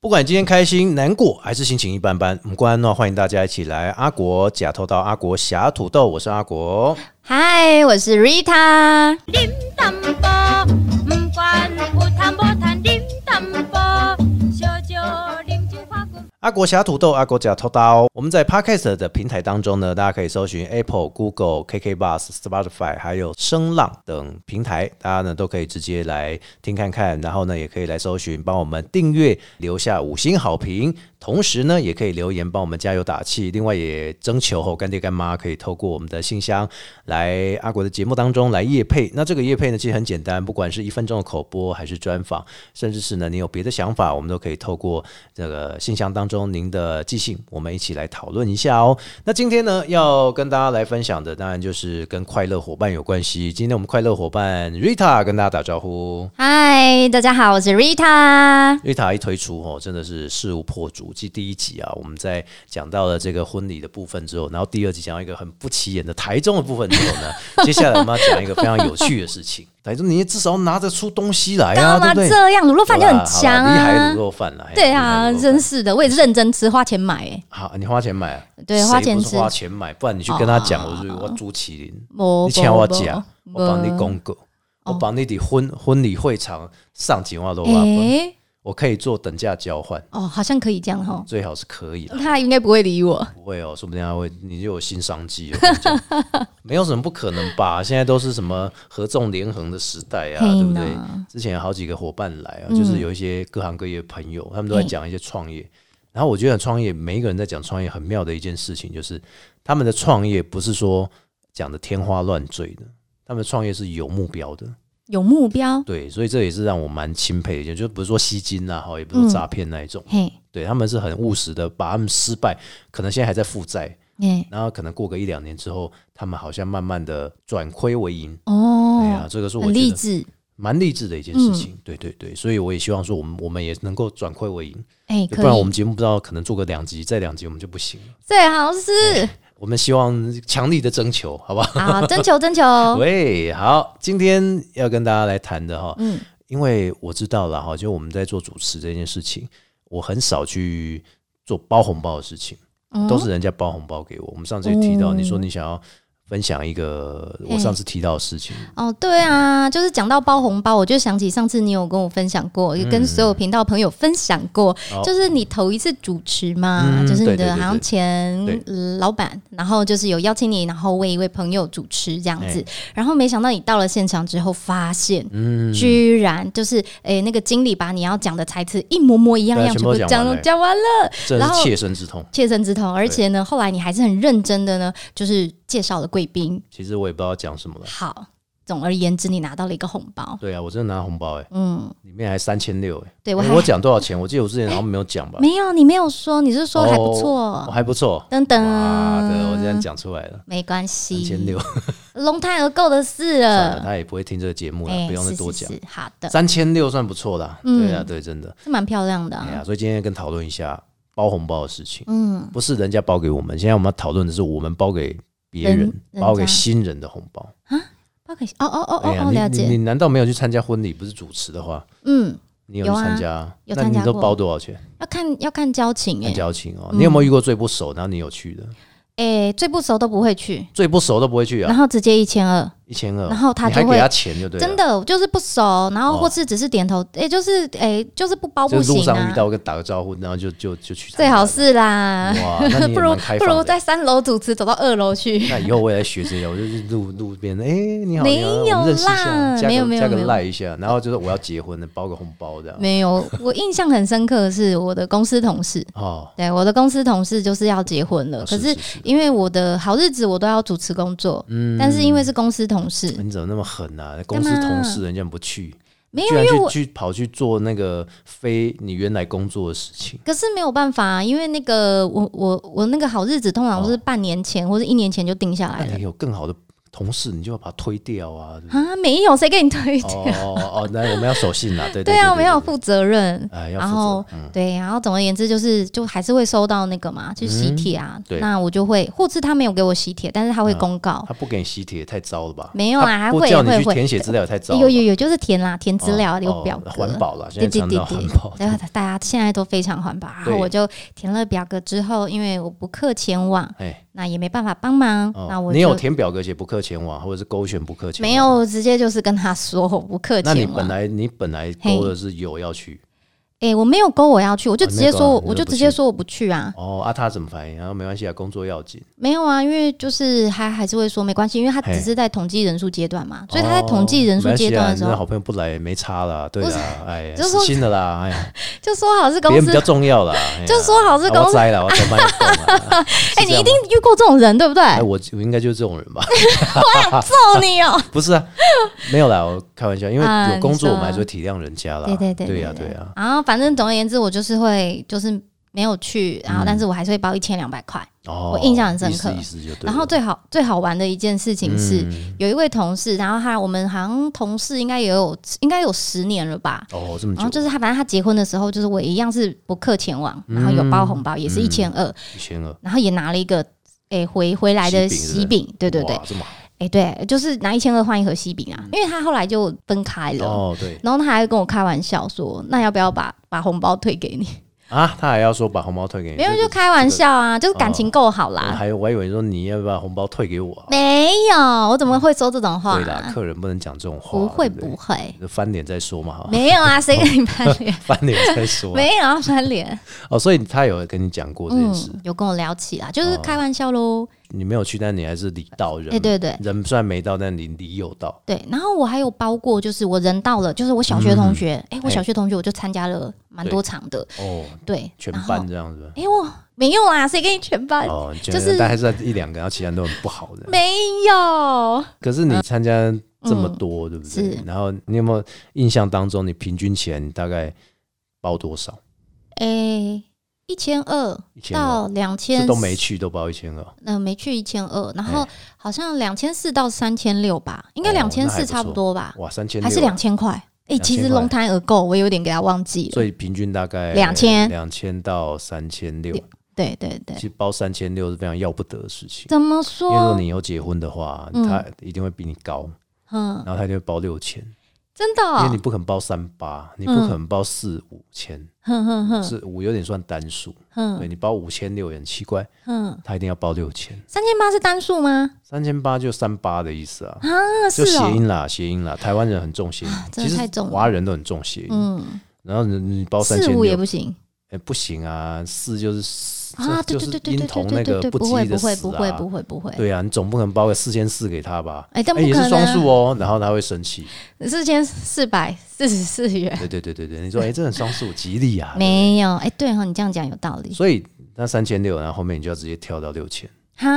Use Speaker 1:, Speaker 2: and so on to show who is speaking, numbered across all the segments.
Speaker 1: 不管今天开心、难过还是心情一般般，我们关安诺欢迎大家一起来阿国假偷到阿国侠土豆，我是阿国。
Speaker 2: 嗨，我是 Rita。
Speaker 3: điểm tâm bò mâm quan u tham bò than điểm tâm bò cho cho điểm chữ hoa cùng
Speaker 1: 阿国侠土豆，阿国假偷刀。我们在 Podcast 的平台当中呢，大家可以搜寻 Apple、Google、KK Bus、Spotify，还有声浪等平台，大家呢都可以直接来听看看。然后呢，也可以来搜寻，帮我们订阅，留下五星好评。同时呢，也可以留言帮我们加油打气。另外也征求后干爹干妈可以透过我们的信箱来阿国的节目当中来夜配。那这个夜配呢，其实很简单，不管是一分钟的口播还是专访，甚至是呢你有别的想法，我们都可以透过这个信箱当中您的寄信，我们一起来讨论一下哦。那今天呢要跟大家来分享的，当然就是跟快乐伙伴有关系。今天我们快乐伙伴 Rita 跟大家打招呼。
Speaker 2: 嗨，大家好，我是 Rita。
Speaker 1: 瑞塔一推出哦，真的是事无破竹。记第一集啊，我们在讲到了这个婚礼的部分之后，然后第二集讲到一个很不起眼的台中的部分之后呢， 接下来我们要讲一个非常有趣的事情。台中，你至少拿得出东西来啊，
Speaker 2: 干
Speaker 1: 对不
Speaker 2: 嘛
Speaker 1: 对？
Speaker 2: 这样？卤肉饭就很
Speaker 1: 好啦好啦
Speaker 2: 强
Speaker 1: 厉害
Speaker 2: 啊
Speaker 1: 卤！肉饭啦。嘿
Speaker 2: 对
Speaker 1: 厉害
Speaker 2: 啊，
Speaker 1: 卤肉饭
Speaker 2: 真是的，我也是认真吃，花钱买、欸。
Speaker 1: 好，你花钱买啊？
Speaker 2: 对
Speaker 1: 谁不
Speaker 2: 花钱吃
Speaker 1: 是花钱买，不然你去跟他讲，我是我朱麒 麟，
Speaker 2: 我
Speaker 1: 你请我讲，
Speaker 2: 不哦
Speaker 1: 我帮你。公狗，我帮你的婚婚礼会场上几万多
Speaker 2: 哎、
Speaker 1: 万，
Speaker 2: 欸，
Speaker 1: 我可以做等价交换，
Speaker 2: 哦，好像可以这样哈。
Speaker 1: 最好是可以的。
Speaker 2: 他应该不会理我。
Speaker 1: 不会哦，说不定还会你就有新商机哦。我跟你讲 没有什么不可能吧？现在都是什么合纵连横的时代啊，
Speaker 2: 嘿
Speaker 1: 对不对
Speaker 2: 呐？嗯
Speaker 1: 之前有好几个伙伴来啊，就是有一些各行各业的朋友，他们都在讲一些创业。然后我觉得创业，每一个人在讲创业很妙的一件事情，就是他们的创业不是说讲的天花乱坠的，他们的创业是有目标的。
Speaker 2: 有目标，
Speaker 1: 对，所以这也是让我蛮钦佩的一件，就不是说吸金啊，哈，也不是说
Speaker 2: 嗯
Speaker 1: 诈骗那一种。
Speaker 2: 嘿，
Speaker 1: 对，他们是很务实的，把他们失败，可能现在还在负债，
Speaker 2: 哎、
Speaker 1: 然后可能过个一两年之后，他们好像慢慢的转亏为盈。哎呀、
Speaker 2: 哦，
Speaker 1: 这个是我
Speaker 2: 很
Speaker 1: 觉
Speaker 2: 励
Speaker 1: 得
Speaker 2: 志。嗯
Speaker 1: 蛮励志的一件事情。对对对，所以我也希望说，我们我们也能够转亏为盈，
Speaker 2: 哎、
Speaker 1: 不
Speaker 2: 可
Speaker 1: 然我
Speaker 2: 以
Speaker 1: 们，节目不知道可能做个两集，再两集我们就不行了。
Speaker 2: 最好是
Speaker 1: 我们希望强力的征求，好不 好？
Speaker 2: 啊，征求征求，
Speaker 1: 喂，好，今天要跟大家来谈的哈，
Speaker 2: 嗯
Speaker 1: 因为我知道了哈，就我们在做主持这件事情，我很少去做包红包的事情。
Speaker 2: 嗯
Speaker 1: 都是人家包红包给我。我们上次也提到，
Speaker 2: 嗯
Speaker 1: 你说你想要分享一个
Speaker 2: 嘿
Speaker 1: 我上次提到的事情，
Speaker 2: 哦，对啊，就是讲到包红包，我就想起上次你有跟我分享过，也跟所有频道朋友分享过，
Speaker 1: 嗯哦
Speaker 2: 就是你头一次主持嘛，
Speaker 1: 嗯
Speaker 2: 就是
Speaker 1: 对
Speaker 2: 你
Speaker 1: 对
Speaker 2: 的
Speaker 1: 对
Speaker 2: 好像
Speaker 1: 对
Speaker 2: 前
Speaker 1: 对
Speaker 2: 呃老板，然后就是有邀请你，然后为一位朋友主持这样子
Speaker 1: 哎，
Speaker 2: 然后没想到你到了现场之后，发现
Speaker 1: 嗯，
Speaker 2: 居然就是诶、那个经理把你要讲的台词一模模一样
Speaker 1: 对啊
Speaker 2: 样
Speaker 1: 全
Speaker 2: 全
Speaker 1: 部
Speaker 2: 部
Speaker 1: 都讲
Speaker 2: 讲
Speaker 1: 完了
Speaker 2: 讲完了，
Speaker 1: 这
Speaker 2: 然
Speaker 1: 是
Speaker 2: 后
Speaker 1: 切身之痛。
Speaker 2: 切身之痛，而且呢，后来你还是很认真的呢，就是介绍了贵宾，
Speaker 1: 其实我也不知道讲什么了。
Speaker 2: 好。总而言之，你拿到了一个红包，
Speaker 1: 对啊，我真的拿红包哎、
Speaker 2: 嗯，
Speaker 1: 里面还三千六哎。
Speaker 2: 对我还
Speaker 1: 我讲多少钱？我记得我之前好像没有讲吧？
Speaker 2: 没有，你没有说，你是说还不
Speaker 1: 哦，
Speaker 2: 错，
Speaker 1: 还不错。
Speaker 2: 等等，
Speaker 1: 妈哦的，我这样讲出来了，
Speaker 2: 没关
Speaker 1: 三
Speaker 2: 系，
Speaker 1: 千六，
Speaker 2: 龙太而够的事
Speaker 1: 算了，
Speaker 2: 了，
Speaker 1: 他也不会听这个节目了，不用再
Speaker 2: 是
Speaker 1: 多
Speaker 2: 哎是
Speaker 1: 讲。
Speaker 2: 是，好的，
Speaker 1: 三千六算不错啦，
Speaker 2: 嗯
Speaker 1: 对啊，对，真的，
Speaker 2: 是蛮漂亮的啊，
Speaker 1: 哎呀，所以今天跟讨论一下包红包的事情。
Speaker 2: 嗯，
Speaker 1: 不是人家包给我们，现在我们要讨论的是我们包给别人、
Speaker 2: 人人家
Speaker 1: 包给新人的红包。
Speaker 2: 包可惜，哦哦哦
Speaker 1: 哎
Speaker 2: 哦
Speaker 1: 呀
Speaker 2: 哦，了
Speaker 1: 你你你
Speaker 2: 解，
Speaker 1: 难道没有去参加婚礼？不是主持的话，
Speaker 2: 嗯，
Speaker 1: 你有去
Speaker 2: 有啊
Speaker 1: 参加？
Speaker 2: 有
Speaker 1: 那
Speaker 2: 参加
Speaker 1: 你都
Speaker 2: 过
Speaker 1: 包多少钱？
Speaker 2: 要看要看交情
Speaker 1: 很
Speaker 2: 哎，
Speaker 1: 交情哦。你有没有遇过最不熟，然后你有去的？
Speaker 2: 哎，最不熟都不会去，
Speaker 1: 最不熟都不会去
Speaker 2: 然
Speaker 1: 啊，
Speaker 2: 后直接一千二，
Speaker 1: 一千二，
Speaker 2: 然后他
Speaker 1: 你还
Speaker 2: 就
Speaker 1: 给
Speaker 2: 会
Speaker 1: 他钱就对啊了。
Speaker 2: 真，的我就是不熟，然后或是只是点头，哎，就是哎，就是不包
Speaker 1: 就
Speaker 2: 不
Speaker 1: 是路
Speaker 2: 行
Speaker 1: 上遇
Speaker 2: 啊，
Speaker 1: 到跟打个招呼，然后就就就去参加。
Speaker 2: 最好是啦，
Speaker 1: 哇，啊那你也
Speaker 2: 不如
Speaker 1: 蛮开
Speaker 2: 不
Speaker 1: 放
Speaker 2: 如
Speaker 1: 的。
Speaker 2: 在三楼主持走到二 楼去。
Speaker 1: 那以后我也来学这个，我就是路路边，哎、你好，
Speaker 2: 没
Speaker 1: 你好，我们认识一下，
Speaker 2: 有啦
Speaker 1: 加
Speaker 2: 没有没
Speaker 1: 个加
Speaker 2: 有
Speaker 1: 个
Speaker 2: 没有
Speaker 1: 赖一下，然后就是我要结婚了，包个红包这样。
Speaker 2: 没有，我印象很深刻的是我的公司同事，
Speaker 1: 哦，
Speaker 2: 对我的公司同事就是要结婚了，可
Speaker 1: 是嗯
Speaker 2: 是因为我的好日子我都要主持工作，但是因为是公司同事，
Speaker 1: 你怎么那么狠啊？公司同事人家不去，
Speaker 2: 没
Speaker 1: 居
Speaker 2: 有，
Speaker 1: 然
Speaker 2: 因为
Speaker 1: 去
Speaker 2: 我
Speaker 1: 去跑去做那个非你原来工作的事情。
Speaker 2: 可是没有办法、因为那个我我我那个好日子通常
Speaker 1: 哦
Speaker 2: 都是半年前或者一年前就定下
Speaker 1: 那
Speaker 2: 来了。
Speaker 1: 哎你有更好的同事，你就要把他推掉 啊。对不对
Speaker 2: 啊，没有谁给你推荐。
Speaker 1: 哦哦哦，那我们要守信啦，对
Speaker 2: 啊对啊，我们要负责任。
Speaker 1: 哎，要
Speaker 2: 然
Speaker 1: 负
Speaker 2: 后哦
Speaker 1: 责，嗯，
Speaker 2: 对，然后总而言之就是，就还是会收到那个嘛，就是喜帖啊。
Speaker 1: 嗯对
Speaker 2: 那我就会，或是他没有给我喜帖，但是他会
Speaker 1: 嗯
Speaker 2: 公告。
Speaker 1: 他不给你喜帖也太糟了吧？
Speaker 2: 没有啊
Speaker 1: 他不
Speaker 2: 会
Speaker 1: 叫你
Speaker 2: 会
Speaker 1: 去
Speaker 2: 会
Speaker 1: 填写资料也太糟了吧。
Speaker 2: 有有有，就是填啦，填资料有
Speaker 1: 哦
Speaker 2: 表格。
Speaker 1: 环保了，现
Speaker 2: 对
Speaker 1: 在
Speaker 2: 对
Speaker 1: 强
Speaker 2: 对
Speaker 1: 调环
Speaker 2: 对
Speaker 1: 保。
Speaker 2: 然后大家现在都非常环保，然后
Speaker 1: 对
Speaker 2: 我就填了表格之后，因为我不克前往，
Speaker 1: 哎，
Speaker 2: 那也没办法帮忙，那
Speaker 1: 哦
Speaker 2: 我
Speaker 1: 你
Speaker 2: 就
Speaker 1: 有填表格写不客前往，或者是勾选不客前往？
Speaker 2: 没。有直接就是跟他说我不克
Speaker 1: 那你
Speaker 2: 前
Speaker 1: 本
Speaker 2: 往。
Speaker 1: 来你本来勾的是有要去
Speaker 2: 哎、我没有勾我要去，我就
Speaker 1: 哦
Speaker 2: 直
Speaker 1: 你
Speaker 2: 接
Speaker 1: 没勾啊
Speaker 2: 说我，
Speaker 1: 你
Speaker 2: 我
Speaker 1: 就
Speaker 2: 就
Speaker 1: 不
Speaker 2: 直接
Speaker 1: 去
Speaker 2: 说我不去啊，
Speaker 1: 哦，啊他怎么反应？然后没关系啊，工作要紧。
Speaker 2: 没有啊，因为就是他还是会说没关系，因为他
Speaker 1: 嘿
Speaker 2: 只是在统计人数阶段嘛，所以他在统计人数阶段
Speaker 1: 哦没关
Speaker 2: 的时
Speaker 1: 系啊你
Speaker 2: 候、
Speaker 1: 那好朋友不来也没差啦，对
Speaker 2: 不
Speaker 1: 啦，哎，
Speaker 2: 就是说
Speaker 1: 死心的啦，哎呀，
Speaker 2: 就说好是
Speaker 1: 别
Speaker 2: 公
Speaker 1: 人
Speaker 2: 司
Speaker 1: 比较，重要啦，哎呀
Speaker 2: 就说好是
Speaker 1: 啊
Speaker 2: 公
Speaker 1: 我
Speaker 2: 司，
Speaker 1: 栽了，我再帮你动啊。
Speaker 2: 哎、
Speaker 1: 是这
Speaker 2: 你
Speaker 1: 样
Speaker 2: 一定
Speaker 1: 吗
Speaker 2: 遇过这种人对不对？
Speaker 1: 哎，我我应该就是这种人吧？
Speaker 2: 揍你哦、
Speaker 1: 不是啊，没有啦，我开玩笑，因为
Speaker 2: 啊
Speaker 1: 有工作
Speaker 2: 你说
Speaker 1: 我们还是会体谅人家啦。
Speaker 2: 对对对，
Speaker 1: 对呀对啊呀。
Speaker 2: 然后反正总而言之，我就是会就是没有去，然
Speaker 1: 嗯
Speaker 2: 后但是我还是会包一千两百块。
Speaker 1: 哦，
Speaker 2: 我印象很深
Speaker 1: 意思
Speaker 2: 刻
Speaker 1: 意思就对了。
Speaker 2: 然后最好最好玩的一件事情是，
Speaker 1: 嗯
Speaker 2: 有一位同事，然后他我们好像同事应该也有应该有十年了吧。
Speaker 1: 哦这么
Speaker 2: 然后
Speaker 1: 久，
Speaker 2: 就是他，反正他结婚的时候，就是我一样是不客前往，然后有包红包，也是
Speaker 1: 嗯
Speaker 2: 一千二，
Speaker 1: 一千二，
Speaker 2: 然后也拿了一个诶、回回来的喜
Speaker 1: 喜饼是不是
Speaker 2: 饼，对对对，
Speaker 1: 哇，这么好
Speaker 2: 诶、对，就是拿一千二换一盒喜饼啊，因为他后来就分开了，
Speaker 1: 哦，对
Speaker 2: 然后他还跟我开玩笑说，那要不要把把红包退给 你？
Speaker 1: 啊，他还要说把红包退给你，
Speaker 2: 没有，
Speaker 1: 这个
Speaker 2: 就开玩笑啊，就是感情够好
Speaker 1: 我
Speaker 2: 啦。
Speaker 1: 还有我还以为说你要不要把红包退给我啊？
Speaker 2: 没有，我怎么会说这种话
Speaker 1: 对啦，
Speaker 2: 啊？
Speaker 1: 客人不能讲这种话，
Speaker 2: 不会
Speaker 1: 对对
Speaker 2: 不会，
Speaker 1: 就翻脸再说嘛，哈，
Speaker 2: 没有啊，谁跟你翻脸？
Speaker 1: 翻脸再说。
Speaker 2: 没有啊，翻脸。
Speaker 1: 哦，所以他有跟你讲过这件事，
Speaker 2: 嗯，有跟我聊起啦，就是开玩笑喽。
Speaker 1: 你没有去，但你还是礼到哦人。
Speaker 2: 哎，对对
Speaker 1: 人虽然没到，但你礼有到。
Speaker 2: 对。然后我还有包过，就是我人到了，就是我小学
Speaker 1: 嗯
Speaker 2: 同学，哎，我小学同学我就参加了蛮多场的，
Speaker 1: 哦，
Speaker 2: 对，
Speaker 1: 全
Speaker 2: 然后
Speaker 1: 班这样子。
Speaker 2: 哎，我没有啦，谁跟你全班？
Speaker 1: 哦，
Speaker 2: 哎就
Speaker 1: 就是是但还是一两个，然后其他人都很不好的。
Speaker 2: 没有，
Speaker 1: 可是你参加这么多，对不对
Speaker 2: 嗯是？
Speaker 1: 然后你有没有印象当中，你平均起来你大概包多少？
Speaker 2: 哎，一千二
Speaker 1: 1200
Speaker 2: 到两
Speaker 1: 这
Speaker 2: 千
Speaker 1: 都没去，都包一千二。
Speaker 2: 嗯、没去一千二，然后
Speaker 1: 哎
Speaker 2: 好像两千四到三千六吧，应该
Speaker 1: 哦
Speaker 2: 两千
Speaker 1: 那还
Speaker 2: 四
Speaker 1: 不
Speaker 2: 差不
Speaker 1: 错
Speaker 2: 多吧，
Speaker 1: 哇，三千啊
Speaker 2: 还是两千块？哎、其实
Speaker 1: 2000块
Speaker 2: 龙潭而购，我有点给他忘记
Speaker 1: 所
Speaker 2: 了。
Speaker 1: 以平均大概
Speaker 2: 2000
Speaker 1: 两千到三千六，
Speaker 2: 对对对
Speaker 1: 其，实包三千六是非常要不得的事情。
Speaker 2: 怎么
Speaker 1: 因为如果
Speaker 2: 说？
Speaker 1: 你有结婚的话，
Speaker 2: 哦嗯
Speaker 1: 他一定会比你高，
Speaker 2: 嗯，
Speaker 1: 然后他就会包六千，
Speaker 2: 真的、
Speaker 1: 因为
Speaker 2: 哦
Speaker 1: 你，不肯包三八，你不
Speaker 2: 嗯
Speaker 1: 肯包四五千，
Speaker 2: 哼哼哼
Speaker 1: 是五有点算单数，对
Speaker 2: 哼
Speaker 1: 你包五千六也很奇怪，
Speaker 2: 哼，
Speaker 1: 他一定要包六千，
Speaker 2: 三千八是单数吗？
Speaker 1: 三千八就三八的意思啊，
Speaker 2: 啊，是
Speaker 1: 就谐
Speaker 2: 哦，啊
Speaker 1: 音啦，谐音啦，台湾人很重谐音，
Speaker 2: 真
Speaker 1: 其
Speaker 2: 的
Speaker 1: 实
Speaker 2: 太重了
Speaker 1: 华人都很重谐音，
Speaker 2: 嗯，
Speaker 1: 然后你你包哦三
Speaker 2: 四
Speaker 1: 千
Speaker 2: 五也
Speaker 1: 六
Speaker 2: 不行
Speaker 1: 哎、不行啊，四就是四
Speaker 2: 啊！
Speaker 1: 这就
Speaker 2: 对对
Speaker 1: 是
Speaker 2: 对对
Speaker 1: 音
Speaker 2: 对
Speaker 1: 同
Speaker 2: 对
Speaker 1: 那
Speaker 2: 对
Speaker 1: 个
Speaker 2: 对对，
Speaker 1: 不
Speaker 2: 不
Speaker 1: 吉
Speaker 2: 会
Speaker 1: 的
Speaker 2: 不
Speaker 1: 死
Speaker 2: 会
Speaker 1: 啊，
Speaker 2: 不会不会不会，
Speaker 1: 对啊，你总不可能包个四千四给他吧？
Speaker 2: 哎但不
Speaker 1: 也
Speaker 2: 可
Speaker 1: 是双数
Speaker 2: 能
Speaker 1: 哦，然后他会生气。
Speaker 2: 四千四百四十四元
Speaker 1: 对对对对对，你说哎、这很双数，吉利啊。
Speaker 2: 没有，哎，对哈，你这样讲有道理
Speaker 1: 所以那三千六，然后后面你就要直接跳到六千、
Speaker 2: 哈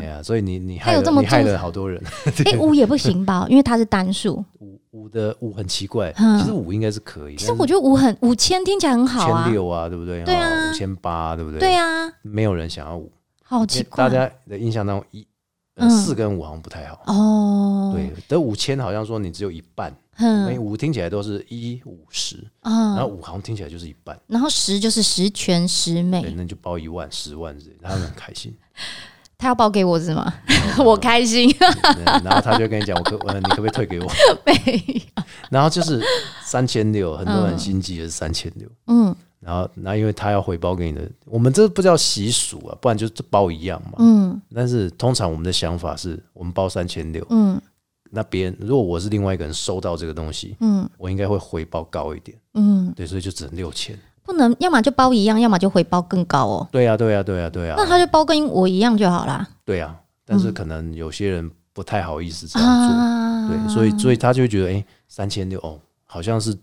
Speaker 1: 哎。呀，所以你你
Speaker 2: 嗯还
Speaker 1: 害
Speaker 2: 有
Speaker 1: 了
Speaker 2: 这么
Speaker 1: 你害
Speaker 2: 重
Speaker 1: 了好多人。
Speaker 2: 哎，五也不行吧，因为它是单数。
Speaker 1: 五五的五很奇怪，
Speaker 2: 嗯
Speaker 1: 其实五应该是可以，
Speaker 2: 其实我觉得五很五千听起来很好啊
Speaker 1: 千，六啊，对不对？
Speaker 2: 对啊
Speaker 1: 五千八，对不对？
Speaker 2: 对啊，
Speaker 1: 没有人想要五，
Speaker 2: 好
Speaker 1: 因
Speaker 2: 奇
Speaker 1: 为大
Speaker 2: 怪。
Speaker 1: 家的印象当中一呃
Speaker 2: 嗯
Speaker 1: 四、跟五好像不太好。
Speaker 2: 哦，
Speaker 1: 对，得五千好像说你只有一半，那
Speaker 2: 嗯
Speaker 1: 五听起来都是一五十，然后
Speaker 2: 嗯，
Speaker 1: 五好像听起来就是一半，
Speaker 2: 然后十就是十全十
Speaker 1: 对，
Speaker 2: 美，
Speaker 1: 那你就包一万、十万之类的，他们很开心。
Speaker 2: 他要报给我是吗？ 我开心
Speaker 1: 对然后他就跟你讲，我可 呃，你可不可以退给我？
Speaker 2: 没有，
Speaker 1: 然后就是三千六，很多人
Speaker 2: 嗯
Speaker 1: 心机的是三千六。
Speaker 2: 嗯
Speaker 1: 然后，然后因为他要回包给你的，我们这不叫习俗啊，不然就是包一样嘛。
Speaker 2: 嗯
Speaker 1: 但是通常我们的想法是我们包三千六，
Speaker 2: 嗯
Speaker 1: 那别人如果我是另外一个人收到这个东西，
Speaker 2: 嗯
Speaker 1: 我应该会回报高一点，
Speaker 2: 嗯，
Speaker 1: 对，所以就只能六千。
Speaker 2: 不能要么就包一样，要么就回包更高哦。
Speaker 1: 对呀、啊对呀、对呀、对呀、
Speaker 2: 那他就包跟我一样就好啦。
Speaker 1: 对啊，但是可能有些人不太好意思这样做，
Speaker 2: 嗯啊，
Speaker 1: 对，所以所以他就会觉得，哎、3三千六哦，好像是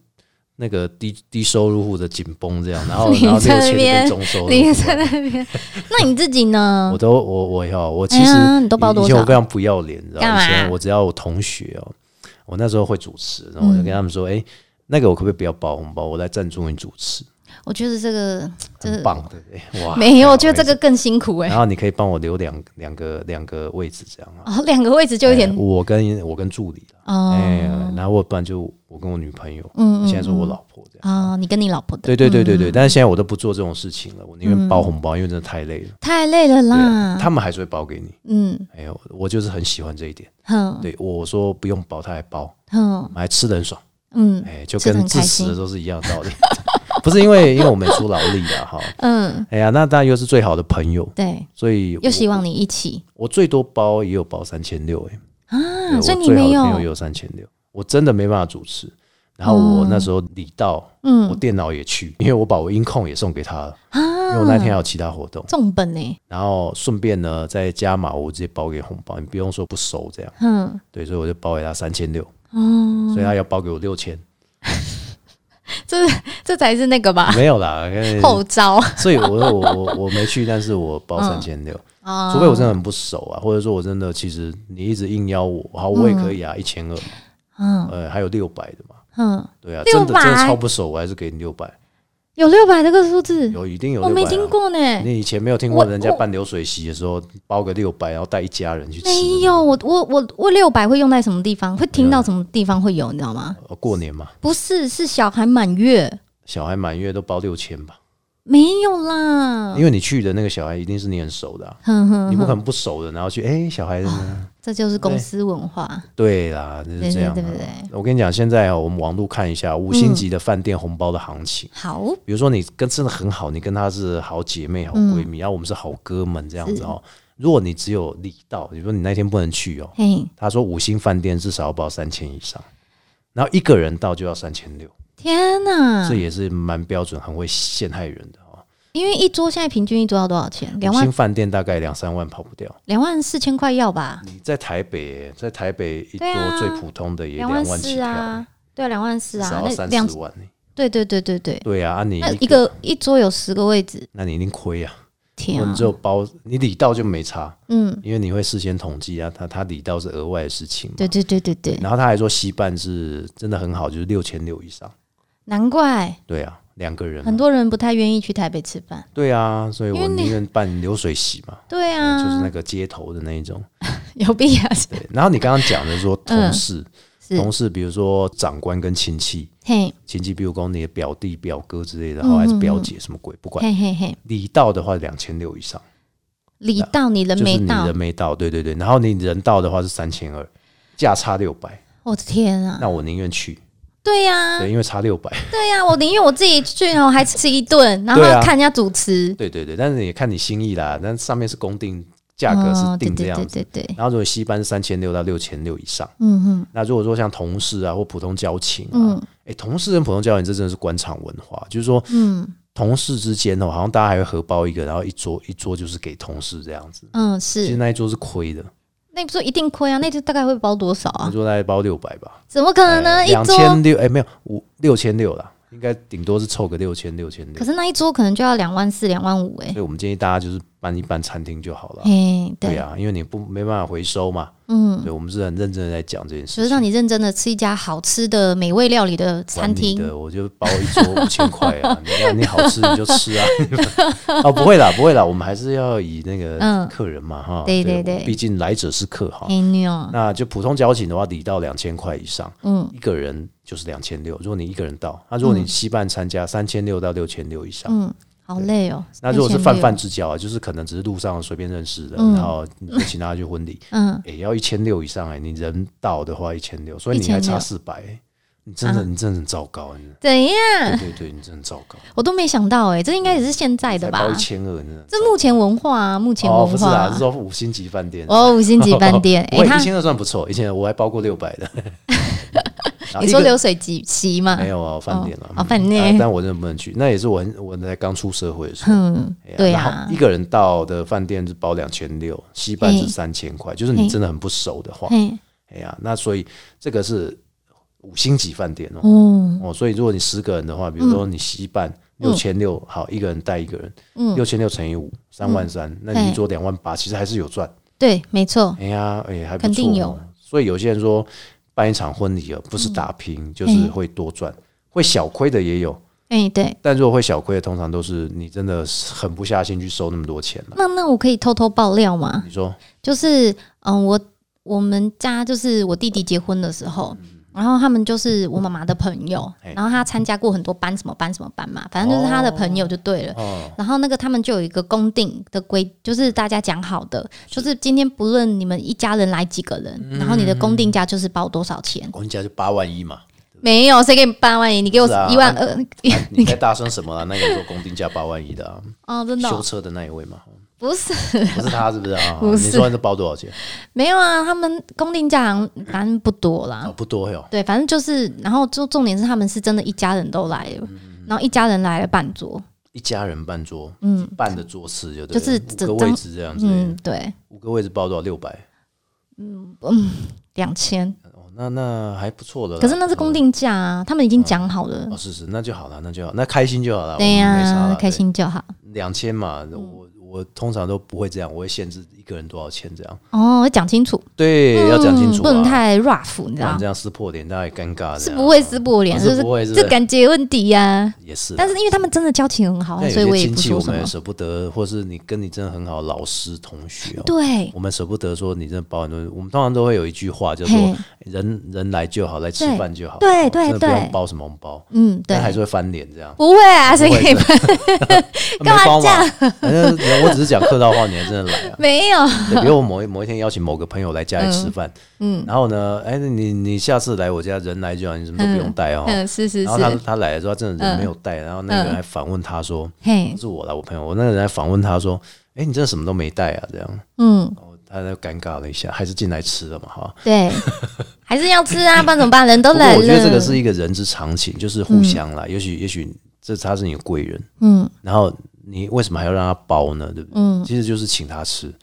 Speaker 1: 那个低低收入户的紧绷这 样，然后
Speaker 2: 你
Speaker 1: 然后
Speaker 2: 在
Speaker 1: 六
Speaker 2: 那
Speaker 1: 千
Speaker 2: 边
Speaker 1: 被中收入户
Speaker 2: 你在那边，那你自己呢
Speaker 1: 我？都我我要我其
Speaker 2: 哎
Speaker 1: 实、
Speaker 2: 呀你都包多
Speaker 1: 以前
Speaker 2: 少
Speaker 1: 我非常不要脸，你知道
Speaker 2: 干嘛
Speaker 1: 吗？以前我只要我同学哦，
Speaker 2: 嗯
Speaker 1: 我那时候会主持，然后我就跟他们说，哎、那个我可不可以不要包红包？我来赞助你主持。
Speaker 2: 我觉得这个这
Speaker 1: 很
Speaker 2: 个
Speaker 1: 棒的、欸哇！
Speaker 2: 没有，我
Speaker 1: 太
Speaker 2: 觉得
Speaker 1: 好了
Speaker 2: 这个更辛苦哎、
Speaker 1: 然后你可以帮我留两两个两个位置这样啊，
Speaker 2: 哦，两个位置就有点
Speaker 1: 哎我跟我跟助理了，
Speaker 2: 哦，
Speaker 1: 哎、然后我不然就我跟我女朋友，
Speaker 2: 嗯嗯嗯
Speaker 1: 现在是我老婆这样。
Speaker 2: 啊，你跟你老婆的
Speaker 1: 对对对对对，但是现在我都不做这种事情了，我宁愿包红包，因为真的太累了。
Speaker 2: 太累了
Speaker 1: 对啊，
Speaker 2: 啦，
Speaker 1: 他们还是会包给你。
Speaker 2: 嗯
Speaker 1: 哎呦，我就是很喜欢这一点。
Speaker 2: 哼
Speaker 1: 对我说不用包，他还包，
Speaker 2: 哼
Speaker 1: 还吃的很爽。
Speaker 2: 嗯
Speaker 1: 哎，就
Speaker 2: 吃得
Speaker 1: 跟
Speaker 2: 很
Speaker 1: 自
Speaker 2: 开
Speaker 1: 食的
Speaker 2: 心
Speaker 1: 都是一样的道理。 不是因为因为我们也出劳力了哈。
Speaker 2: 嗯，
Speaker 1: 哎呀，那当然又是最好的朋友，
Speaker 2: 对，
Speaker 1: 所以
Speaker 2: 又
Speaker 1: 我
Speaker 2: 希望你一起
Speaker 1: 我最多包也有包三千六哎，对
Speaker 2: 啊，
Speaker 1: 我
Speaker 2: 所以你
Speaker 1: 最好
Speaker 2: 没
Speaker 1: 的
Speaker 2: 有
Speaker 1: 朋友也有三千六，我真的没办法主持。然后我那时候礼到，我
Speaker 2: 嗯
Speaker 1: 电脑也去，因为我把我音控也送给他了，因为
Speaker 2: 啊，
Speaker 1: 我那天还有其他活动，
Speaker 2: 重本呢、
Speaker 1: 然后顺便呢再加码，我直接包给红包，你不用说不收这样，
Speaker 2: 嗯
Speaker 1: 对，所以我就包给他三千六，
Speaker 2: 哦，
Speaker 1: 所以他要包给我六千，
Speaker 2: 这这才是那个吧，
Speaker 1: 没有 啦，因为
Speaker 2: 后招
Speaker 1: 所以我我我我没去，但是我包三千六，
Speaker 2: 啊，
Speaker 1: 除非我真的很不熟啊，或者说我真的其实你一直硬要我，好我也可以啊，一千二，
Speaker 2: 嗯
Speaker 1: 呃，还有六百的嘛，
Speaker 2: 嗯，
Speaker 1: 对啊，
Speaker 2: 600
Speaker 1: 真的真的超不熟，我还是给你六百，
Speaker 2: 有六百这个数字，
Speaker 1: 有一定有
Speaker 2: 我没听
Speaker 1: 六百。啊
Speaker 2: 过呢、
Speaker 1: 你以前没有听过
Speaker 2: 我
Speaker 1: 人家办流水席的时候包个六百，然后带一家人去吃？
Speaker 2: 没有，我我我我六百会用在什么地方？会听到什么地方会有，你知道吗？
Speaker 1: 呃过年嘛，
Speaker 2: 不是，是小孩满月，
Speaker 1: 小孩满月都包六千吧，
Speaker 2: 没有啦。
Speaker 1: 因为你去的那个小孩一定是你很熟的啊、
Speaker 2: 哼嗯哼，
Speaker 1: 你不可能不熟的，然后去哎、小孩子呢？
Speaker 2: 这就是公司文化，
Speaker 1: 对啦，就是
Speaker 2: 对
Speaker 1: 这
Speaker 2: 对
Speaker 1: 样、
Speaker 2: 对
Speaker 1: 啊
Speaker 2: 对。对。
Speaker 1: 我跟你讲，现在、哦、我们网络看一下五星级的饭店红包的行情。
Speaker 2: 好，
Speaker 1: 比如说你跟真的很好，你跟她是好姐妹、好
Speaker 2: 嗯
Speaker 1: 闺蜜，然后我们是好哥们这样子哦。如果你只有礼到，比如说你那天不能去哦，
Speaker 2: 嘿，
Speaker 1: 他说五星饭店至少要报三千以上，然后一个人到就要三千六，
Speaker 2: 天哪
Speaker 1: 这！也是蛮标准，很会陷害人的哦。
Speaker 2: 因为一桌现在平均一桌要多少钱？两
Speaker 1: 五
Speaker 2: 万
Speaker 1: 星饭店大概两三万跑不掉。
Speaker 2: 两万四千块要吧？
Speaker 1: 你在台北，在台北一
Speaker 2: 对啊
Speaker 1: 桌最普通的也
Speaker 2: 两
Speaker 1: 两万起
Speaker 2: 四
Speaker 1: 跳，
Speaker 2: 啊，对，两万四
Speaker 1: 至
Speaker 2: 啊
Speaker 1: 少，要
Speaker 2: 那
Speaker 1: 三
Speaker 2: 两
Speaker 1: 四万呢。
Speaker 2: 对对对对对，
Speaker 1: 对啊，啊你
Speaker 2: 那
Speaker 1: 一
Speaker 2: 一，个一桌有十个位置，
Speaker 1: 那你一定亏啊！
Speaker 2: 天
Speaker 1: 我
Speaker 2: 啊
Speaker 1: 们只，有包你礼到就没差，
Speaker 2: 嗯，
Speaker 1: 因为你会事先统计啊，他他礼到是额外的事情嘛。
Speaker 2: 对对对对对，
Speaker 1: 然后他还说西半是真的很好，就是六千六以上。
Speaker 2: 难怪
Speaker 1: 对啊，两个人嘛
Speaker 2: 很多人不太愿意去台北吃饭。
Speaker 1: 对啊，所以
Speaker 2: 因
Speaker 1: 我
Speaker 2: 为你
Speaker 1: 宁愿办流水席嘛，
Speaker 2: 对啊，
Speaker 1: 就是那个街头的那一种。
Speaker 2: 有必要
Speaker 1: 对，然后你刚刚讲的说同事，
Speaker 2: 嗯是
Speaker 1: 同事比如说长官跟亲戚，
Speaker 2: 嘿
Speaker 1: 亲戚比如说你的表弟、表哥之类的，
Speaker 2: 嗯
Speaker 1: 然后还是表姐什么鬼，不管。
Speaker 2: 嘿嘿嘿，
Speaker 1: 礼到的话两千六以上，
Speaker 2: 礼到你
Speaker 1: 就
Speaker 2: 人
Speaker 1: 是
Speaker 2: 没
Speaker 1: 你
Speaker 2: 到
Speaker 1: 人，没到，对对对，然后你人到的话是三千二，价差六百，
Speaker 2: 我的天啊！
Speaker 1: 那我宁愿去，
Speaker 2: 对呀、
Speaker 1: 对，因为差六百。
Speaker 2: 对呀、我宁愿我自己去，然后还吃一顿，然后
Speaker 1: 对啊
Speaker 2: 看人家主持，
Speaker 1: 对对对，但是也看你心意啦。但上面是公定价格是
Speaker 2: 哦
Speaker 1: 定这
Speaker 2: 对
Speaker 1: 样
Speaker 2: 对
Speaker 1: 子，
Speaker 2: 对对对，
Speaker 1: 然后如果西班三千六到六千六以上，
Speaker 2: 嗯嗯
Speaker 1: 那如果说像同事啊或普通交情啊，
Speaker 2: 嗯
Speaker 1: 哎、同事跟普通交情这真的是官场文化，就是说
Speaker 2: 嗯
Speaker 1: 同事之间哦，好像大家还会合包一个，然后一桌一桌就是给同事这样子。
Speaker 2: 嗯，
Speaker 1: 其实
Speaker 2: 是
Speaker 1: 那一桌是亏的，
Speaker 2: 那桌一定亏啊，那桌大概会包多少
Speaker 1: 那
Speaker 2: 啊？
Speaker 1: 桌大概包六百吧，
Speaker 2: 怎么可能、一
Speaker 1: 两
Speaker 2: 桌？
Speaker 1: 千六，哎，没有五六千六啦，应该顶多是凑个六千六千六
Speaker 2: 可。是那一桌可能就要两万四、两万五哎、
Speaker 1: 所以我们建议大家就是办一办餐厅就好了。
Speaker 2: 嘿，
Speaker 1: 对
Speaker 2: 对，
Speaker 1: 啊，因为你不没办法回收嘛，
Speaker 2: 嗯，
Speaker 1: 对，我们是很认真的在讲这件
Speaker 2: 就
Speaker 1: 事
Speaker 2: 是
Speaker 1: 情
Speaker 2: 让。你认真的吃一家好吃的美味料理的餐
Speaker 1: 管你
Speaker 2: 厅，
Speaker 1: 的，我就包一桌五千块 啊！你看你好吃你就吃啊！ 哦，不会啦，不会啦，我们还是要以那个
Speaker 2: 嗯
Speaker 1: 客人嘛哈。
Speaker 2: 对对对嗯
Speaker 1: 毕竟来者是客哈。
Speaker 2: 嘿妞，
Speaker 1: 哦那就普通交情的话，礼到两千块以上，
Speaker 2: 嗯
Speaker 1: 一个人就是两千六。如果你一个人到，那如果你西半参加，三千六到六千六以上。
Speaker 2: 嗯，好累哦。
Speaker 1: 那如果是泛泛
Speaker 2: 3600，
Speaker 1: 之交啊，就是可能只是路上随便认识的，
Speaker 2: 嗯
Speaker 1: 然后你就请他去婚礼，
Speaker 2: 嗯，
Speaker 1: 也、要一千六以上哎、你人到的话一千六，所以你还差四百、欸，你真的、
Speaker 2: 啊嗯
Speaker 1: 你真的很糟糕，你
Speaker 2: 怎样？
Speaker 1: 对对对，你真的很糟糕，
Speaker 2: 我都没想到哎、这应该也是现在的
Speaker 1: 才
Speaker 2: 吧
Speaker 1: 包一？千二，你真的
Speaker 2: 这目前文化啊，目前
Speaker 1: 哦
Speaker 2: 文
Speaker 1: 不是
Speaker 2: 化、
Speaker 1: 啦，是说五星级饭店，
Speaker 2: 哦，五星级 饭店，哎、
Speaker 1: 喂，
Speaker 2: 他
Speaker 1: 一千二算不错，以前我还包过六百的， 然后
Speaker 2: 你
Speaker 1: 啊一
Speaker 2: 说
Speaker 1: 个
Speaker 2: 流水席席吗？
Speaker 1: 没有啊，饭店了
Speaker 2: 哦，哦饭店
Speaker 1: 啊但我真的不能去，那也是我很我才刚出社会 的时候。
Speaker 2: 嗯，
Speaker 1: 哎呀
Speaker 2: 对
Speaker 1: 然
Speaker 2: 呀、
Speaker 1: 后一个人到的饭店是包两千六，西半是
Speaker 2: 嘿
Speaker 1: 三千块，就是你
Speaker 2: 嘿
Speaker 1: 真的很不熟的话，
Speaker 2: 嘿，
Speaker 1: 哎呀，那所以这个是五星级饭店哦，
Speaker 2: 嗯
Speaker 1: 哦，所以如果你十个人的话，比如说你西半六千六，好，一个人带一个人，
Speaker 2: 嗯，
Speaker 1: 六千六乘以五，三万三，那你一桌两万八，其实还是有赚。
Speaker 2: 对，没错，
Speaker 1: 哎呀，哎，还不错、哦，
Speaker 2: 肯定有。
Speaker 1: 所以有些人
Speaker 2: 嗯
Speaker 1: 说办一场婚礼啊，不是打拼，就是会多赚，会小亏的也有，
Speaker 2: 哎、对，
Speaker 1: 但如果会小亏的，通常都是你真的是狠不下心去收那么多钱了。
Speaker 2: 那那我可以偷偷爆料吗？
Speaker 1: 你说
Speaker 2: 就是嗯，我我们家就是我弟弟结婚的时候，然后他们就是我妈妈的朋友
Speaker 1: 嗯嘿，
Speaker 2: 然后他参加过很多班，什么班什么班嘛，反正就是他的朋友就对了。
Speaker 1: 哦，
Speaker 2: 然后那个他们就有一个公定的规，就是大家讲好的，就是今天不论你们一家人来几个人，
Speaker 1: 嗯
Speaker 2: 然后你的公定价就是包多少钱。
Speaker 1: 我们家就八万一 嘛，
Speaker 2: 没有，谁给你八万一？你给我
Speaker 1: 是啊
Speaker 2: 一万二？
Speaker 1: 你在大声什么啊？那个说公定价八万一的、啊，
Speaker 2: 哦，真的
Speaker 1: 修
Speaker 2: 哦、
Speaker 1: 车的那一位嘛，
Speaker 2: 不是，
Speaker 1: 不是他是不是啊？
Speaker 2: 不是
Speaker 1: 你说那包多少钱？
Speaker 2: 没有啊，他们公定价好像反正不多啦。
Speaker 1: 啊，不多哟。
Speaker 2: 对，反正就是，然后就重点是他们是真的一家人都来了，
Speaker 1: 嗯
Speaker 2: 然后一家人来了半桌，
Speaker 1: 一家人办桌，
Speaker 2: 嗯
Speaker 1: 办的桌次就对了
Speaker 2: 就是
Speaker 1: 五
Speaker 2: 整
Speaker 1: 个位置这样子，
Speaker 2: 嗯，对，
Speaker 1: 五个位置包多少？六百
Speaker 2: 两千，
Speaker 1: 哦，那那还不错的啦。
Speaker 2: 可是那是公定价啊，他们已经讲好了，
Speaker 1: 哦，是是，那就好了，那就好，那开心就好了，
Speaker 2: 对
Speaker 1: 嗯
Speaker 2: 呀、
Speaker 1: 我们没啥啦
Speaker 2: 开。心嗯就好。
Speaker 1: 两千嘛，我我通常都不会这样，我会限制一个人多少钱这样。
Speaker 2: 哦，讲清楚，
Speaker 1: 对，要讲清楚、啊，
Speaker 2: 嗯不能太 rough，
Speaker 1: 不
Speaker 2: 你知
Speaker 1: 然
Speaker 2: 道
Speaker 1: 这，样撕破脸，大家也尴尬。
Speaker 2: 是不会撕破脸，
Speaker 1: 哦
Speaker 2: 就是
Speaker 1: 不会是不是
Speaker 2: 这感觉问题呀、
Speaker 1: 也是啦，
Speaker 2: 但是因为他们真的交情很好啊，
Speaker 1: 但
Speaker 2: 所以
Speaker 1: 有
Speaker 2: 我
Speaker 1: 些
Speaker 2: 也
Speaker 1: 亲
Speaker 2: 不
Speaker 1: 戚
Speaker 2: 说
Speaker 1: 我
Speaker 2: 什
Speaker 1: 们也
Speaker 2: 么。
Speaker 1: 舍不得，或是你跟你真的很好的老师同学、哦，
Speaker 2: 对，
Speaker 1: 我们舍不得说你真的包很多，我们通常都会有一句话叫
Speaker 2: 嘿
Speaker 1: 做“人人来就好，来吃
Speaker 2: 对
Speaker 1: 饭就好”，
Speaker 2: 对
Speaker 1: 哦
Speaker 2: 对
Speaker 1: 真的不
Speaker 2: 对
Speaker 1: 用包什么红包，
Speaker 2: 嗯，对
Speaker 1: 但，还是会翻脸这 样。
Speaker 2: 不会啊，谁给你
Speaker 1: 不会这样
Speaker 2: 干
Speaker 1: 没
Speaker 2: 嘛
Speaker 1: 包
Speaker 2: 这样？
Speaker 1: 嘛？哎反正我只是讲客套话，你还真的来啊
Speaker 2: 没有？
Speaker 1: 对比如我某一某一天邀请某个朋友来家里吃饭，嗯，然后呢，哎，你你下次来我家人来就好，你什么都不用带哦。
Speaker 2: 嗯， 是是
Speaker 1: 然后他
Speaker 2: 是，嗯
Speaker 1: 他来的时候，他真的人没有带，然后那个人还反问他说：“
Speaker 2: 嘿
Speaker 1: 不，是我啦，我朋友，我那个人还反问他说：‘哎、你真的什么都没带啊？’这样，
Speaker 2: 嗯，
Speaker 1: 然后他就尴尬了一下，还是进来吃了嘛，哈。
Speaker 2: 对，还是要吃啊，不然怎么办？人都
Speaker 1: 不过
Speaker 2: 来了。
Speaker 1: 我觉得这个是一个人之常情，就是互相啦。也许也许这他是你的贵人，
Speaker 2: 嗯
Speaker 1: 然后你为什么还要让他包呢？对不对？
Speaker 2: 嗯，
Speaker 1: 其实就是请他吃，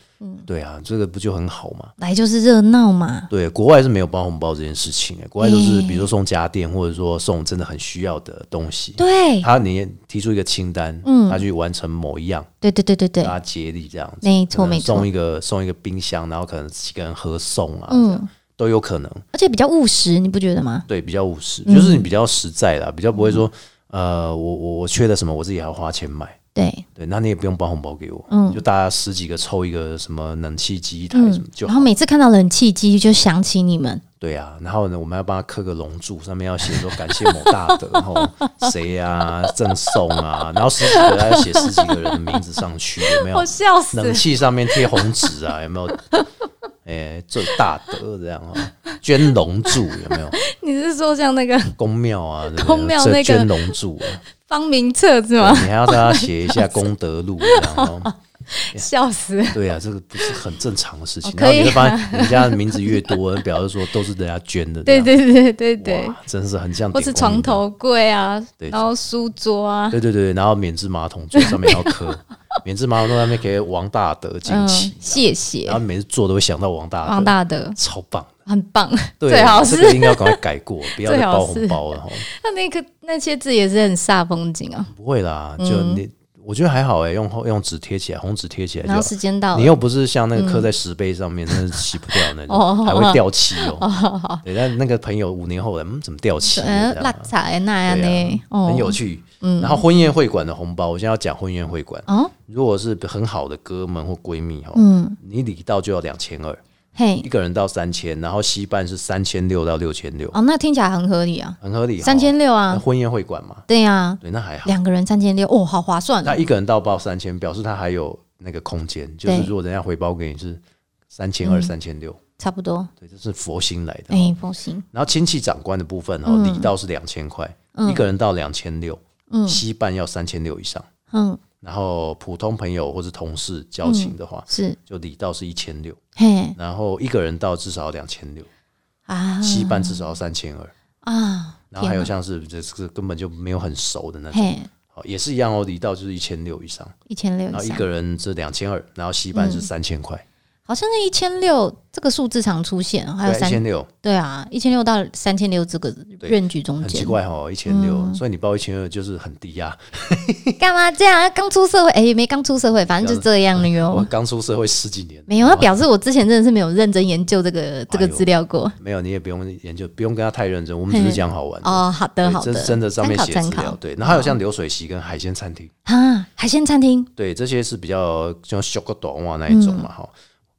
Speaker 1: 对啊，这个不就很好嘛？
Speaker 2: 来就是热闹嘛。
Speaker 1: 对，啊国外是没有包红包这件事情、欸，国外就是
Speaker 2: 嗯
Speaker 1: 比如说送家电，或者说送真的很需要的东西，
Speaker 2: 对，
Speaker 1: 他你提出一个清单，
Speaker 2: 嗯
Speaker 1: 他去完成某一样，
Speaker 2: 对对对对对
Speaker 1: 大，家接力这样子。
Speaker 2: 没
Speaker 1: 可
Speaker 2: 错
Speaker 1: 能
Speaker 2: 没错
Speaker 1: 送，一个送一个冰箱，然后可能几个人合送啊，这样
Speaker 2: 嗯，
Speaker 1: 都有可能。
Speaker 2: 而且比较务实，你不觉得吗？
Speaker 1: 对，比较务实，就是你比较实在啦，比较
Speaker 2: 嗯
Speaker 1: 不会说，呃，我我我缺的什么，我自己还要花钱买。
Speaker 2: 对，
Speaker 1: 对，那你也不用包红包给我，
Speaker 2: 嗯
Speaker 1: 就大家十几个抽一个什么冷气机一台什么
Speaker 2: 嗯，
Speaker 1: 就
Speaker 2: 然
Speaker 1: 好。
Speaker 2: 后每次看到冷气机就想起你们，
Speaker 1: 对啊，然后呢，我们要帮他刻个龙柱，上面要写说感谢某大 德，然后谁啊赠送啊，然后十几个他要写十几个人的名字上去，有没 有？
Speaker 2: 笑
Speaker 1: 冷气上面贴红纸啊，有没有？哎、最大德这样啊，捐龙柱有没有？
Speaker 2: 你是说像那个
Speaker 1: 宫庙啊，对不对
Speaker 2: 宫庙
Speaker 1: 这
Speaker 2: 那个
Speaker 1: 捐龙柱、啊，
Speaker 2: 方明册是
Speaker 1: 对？你还要让他写一下功德路，这样哦。
Speaker 2: 笑死！
Speaker 1: 对啊，这个不是很正常的事情
Speaker 2: 哦。
Speaker 1: 然后
Speaker 2: 可以
Speaker 1: 你
Speaker 2: 啊
Speaker 1: 会发现，人家的名字越多， 表示说都是人家捐的。
Speaker 2: 对
Speaker 1: 这样
Speaker 2: 对对对对，
Speaker 1: 哇，真是很像。
Speaker 2: 或是床。头柜啊，
Speaker 1: 对
Speaker 2: 然后书桌啊，
Speaker 1: 对对对，然后免治马桶座上面要刻，免治马桶座上面给王大德
Speaker 2: 嗯
Speaker 1: 惊喜，，
Speaker 2: 谢谢
Speaker 1: 然后每次做都会想到王大德，
Speaker 2: 王大德，
Speaker 1: 超棒。
Speaker 2: 很棒，
Speaker 1: 对，
Speaker 2: 最好
Speaker 1: 这个
Speaker 2: 是
Speaker 1: 应该要赶快改过，不要再
Speaker 2: 最好
Speaker 1: 包红
Speaker 2: 是
Speaker 1: 包了哈。
Speaker 2: 那那个那些字也是很煞风景啊。
Speaker 1: 不会啦，就你，我觉得还好哎、用用纸贴起来，红纸贴起来就
Speaker 2: 然
Speaker 1: 好
Speaker 2: 后。时间到
Speaker 1: 你
Speaker 2: 了，
Speaker 1: 又不是像那个刻在石碑上面，那是洗不掉那种，
Speaker 2: 嗯哦
Speaker 1: 还会掉漆哦。对，但那个朋友五年后来，嗯，怎么掉漆了？
Speaker 2: 嗯，
Speaker 1: 这
Speaker 2: 落
Speaker 1: 样
Speaker 2: 差的那样
Speaker 1: 对啊
Speaker 2: 呢，哦
Speaker 1: 很有趣。然后婚宴会馆的红包，我现在要讲婚宴会馆。
Speaker 2: 哦，
Speaker 1: 如果是很好的哥们或闺蜜哈，
Speaker 2: 嗯，
Speaker 1: 你礼到就要两千二，
Speaker 2: 嘿
Speaker 1: 一，个人到三千，然后西半是三千六到六千六，
Speaker 2: 哦，那听起来很合理啊，
Speaker 1: 很合理。哦
Speaker 2: 三千六
Speaker 1: 那
Speaker 2: 啊，
Speaker 1: 婚宴会馆嘛，
Speaker 2: 对呀，
Speaker 1: 对，那还好。
Speaker 2: 两个人三千六，哦，好划算
Speaker 1: 那
Speaker 2: 啊，
Speaker 1: 一个人到报三千，表示他还有那个空间，就是
Speaker 2: 对嗯
Speaker 1: 如果人家回包给你是三千二、三千六，
Speaker 2: 差不多，
Speaker 1: 对，这是佛心来的。
Speaker 2: 哎，嗯不行，
Speaker 1: 然后亲戚长官的部分哦，礼到是两千块，一个人到两千六，
Speaker 2: 嗯
Speaker 1: 西半要三千六以上。
Speaker 2: 嗯，
Speaker 1: 然后普通朋友或是同事交情的话，
Speaker 2: 是，
Speaker 1: 就礼到是一千六，
Speaker 2: 嘿
Speaker 1: 然后一个人到至少两千六，
Speaker 2: 啊
Speaker 1: 西半至少要三千二。
Speaker 2: 啊，
Speaker 1: 然后还有
Speaker 2: 天
Speaker 1: 像是这这个根本就没有很熟的那
Speaker 2: 哪
Speaker 1: 种，
Speaker 2: 嘿，
Speaker 1: 哦也是一样哦，礼到就是一千六以上，
Speaker 2: 一千六
Speaker 1: 然后
Speaker 2: 以
Speaker 1: 一
Speaker 2: 上嗯
Speaker 1: 个人是两千二，然后西半是三千块。
Speaker 2: 好像是一千六这个数字常出现，还有
Speaker 1: 对，一
Speaker 2: 三
Speaker 1: 千六，
Speaker 2: 对啊，一千六到三千六这个任局中
Speaker 1: 很
Speaker 2: 间，
Speaker 1: 奇怪哦，一千
Speaker 2: 嗯
Speaker 1: 六，所以你报一千二就是很低啊呀、
Speaker 2: 干嘛这样？刚出社会，哎、也没刚出社会，反正就这样了
Speaker 1: 我
Speaker 2: 哟。
Speaker 1: 刚出社会十几年，
Speaker 2: 哦没有，啊
Speaker 1: 好
Speaker 2: 那
Speaker 1: 吧
Speaker 2: 表示我之前真的是没有认真研究这个
Speaker 1: 哎
Speaker 2: 这个资料过。
Speaker 1: 没有，你也不用研究，不用跟他太认真，我们只是讲好玩的。
Speaker 2: 哦，好的
Speaker 1: 对
Speaker 2: 好
Speaker 1: 这
Speaker 2: 的，
Speaker 1: 是真的上面写
Speaker 2: 参
Speaker 1: 资
Speaker 2: 考
Speaker 1: 料
Speaker 2: 参，
Speaker 1: 对。然后还有像流水席跟海鲜餐厅，
Speaker 2: 考啊，海鲜餐厅
Speaker 1: 对，这些是比较像小个短袜那一种嘛，哈、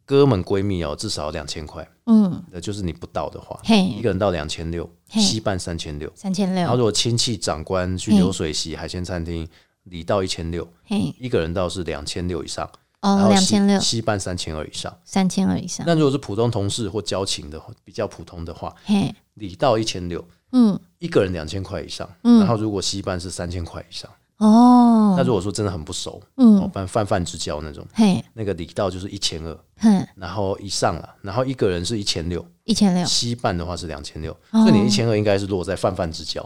Speaker 1: 哥们闺蜜哦，至少两千块，
Speaker 2: 嗯，
Speaker 1: 那就是你不到的话，
Speaker 2: 嘿
Speaker 1: 一个人到两千六，
Speaker 2: 嘿
Speaker 1: 西半三千六，
Speaker 2: 三千
Speaker 1: 然后
Speaker 2: 六，
Speaker 1: 如果亲戚长官去
Speaker 2: 嘿
Speaker 1: 流水席、海鲜餐厅，礼到一千六，
Speaker 2: 嘿，
Speaker 1: 一个人到是两千六以上，然
Speaker 2: 哦，
Speaker 1: 后
Speaker 2: 两
Speaker 1: 西
Speaker 2: 千六，嗯
Speaker 1: 西半三千二以上。
Speaker 2: 三千二以上，
Speaker 1: 那如果是普通同事或交情的话，比较普通的话，
Speaker 2: 嘿，
Speaker 1: 礼到一千六，
Speaker 2: 嗯，
Speaker 1: 一个人两千块以上，
Speaker 2: 嗯
Speaker 1: 然后如果西半是三千块以上，
Speaker 2: 哦
Speaker 1: 那，如果说真的很不熟，哦
Speaker 2: 嗯，，
Speaker 1: 泛泛泛之交那种，
Speaker 2: 嘿，
Speaker 1: 那个礼到就是一千二，
Speaker 2: 哼，
Speaker 1: 然后以上了，然后一个人是一千六，
Speaker 2: 一千六，
Speaker 1: 西半的话是两千六，
Speaker 2: 哦
Speaker 1: 所以你一千二应该是落在泛泛之交，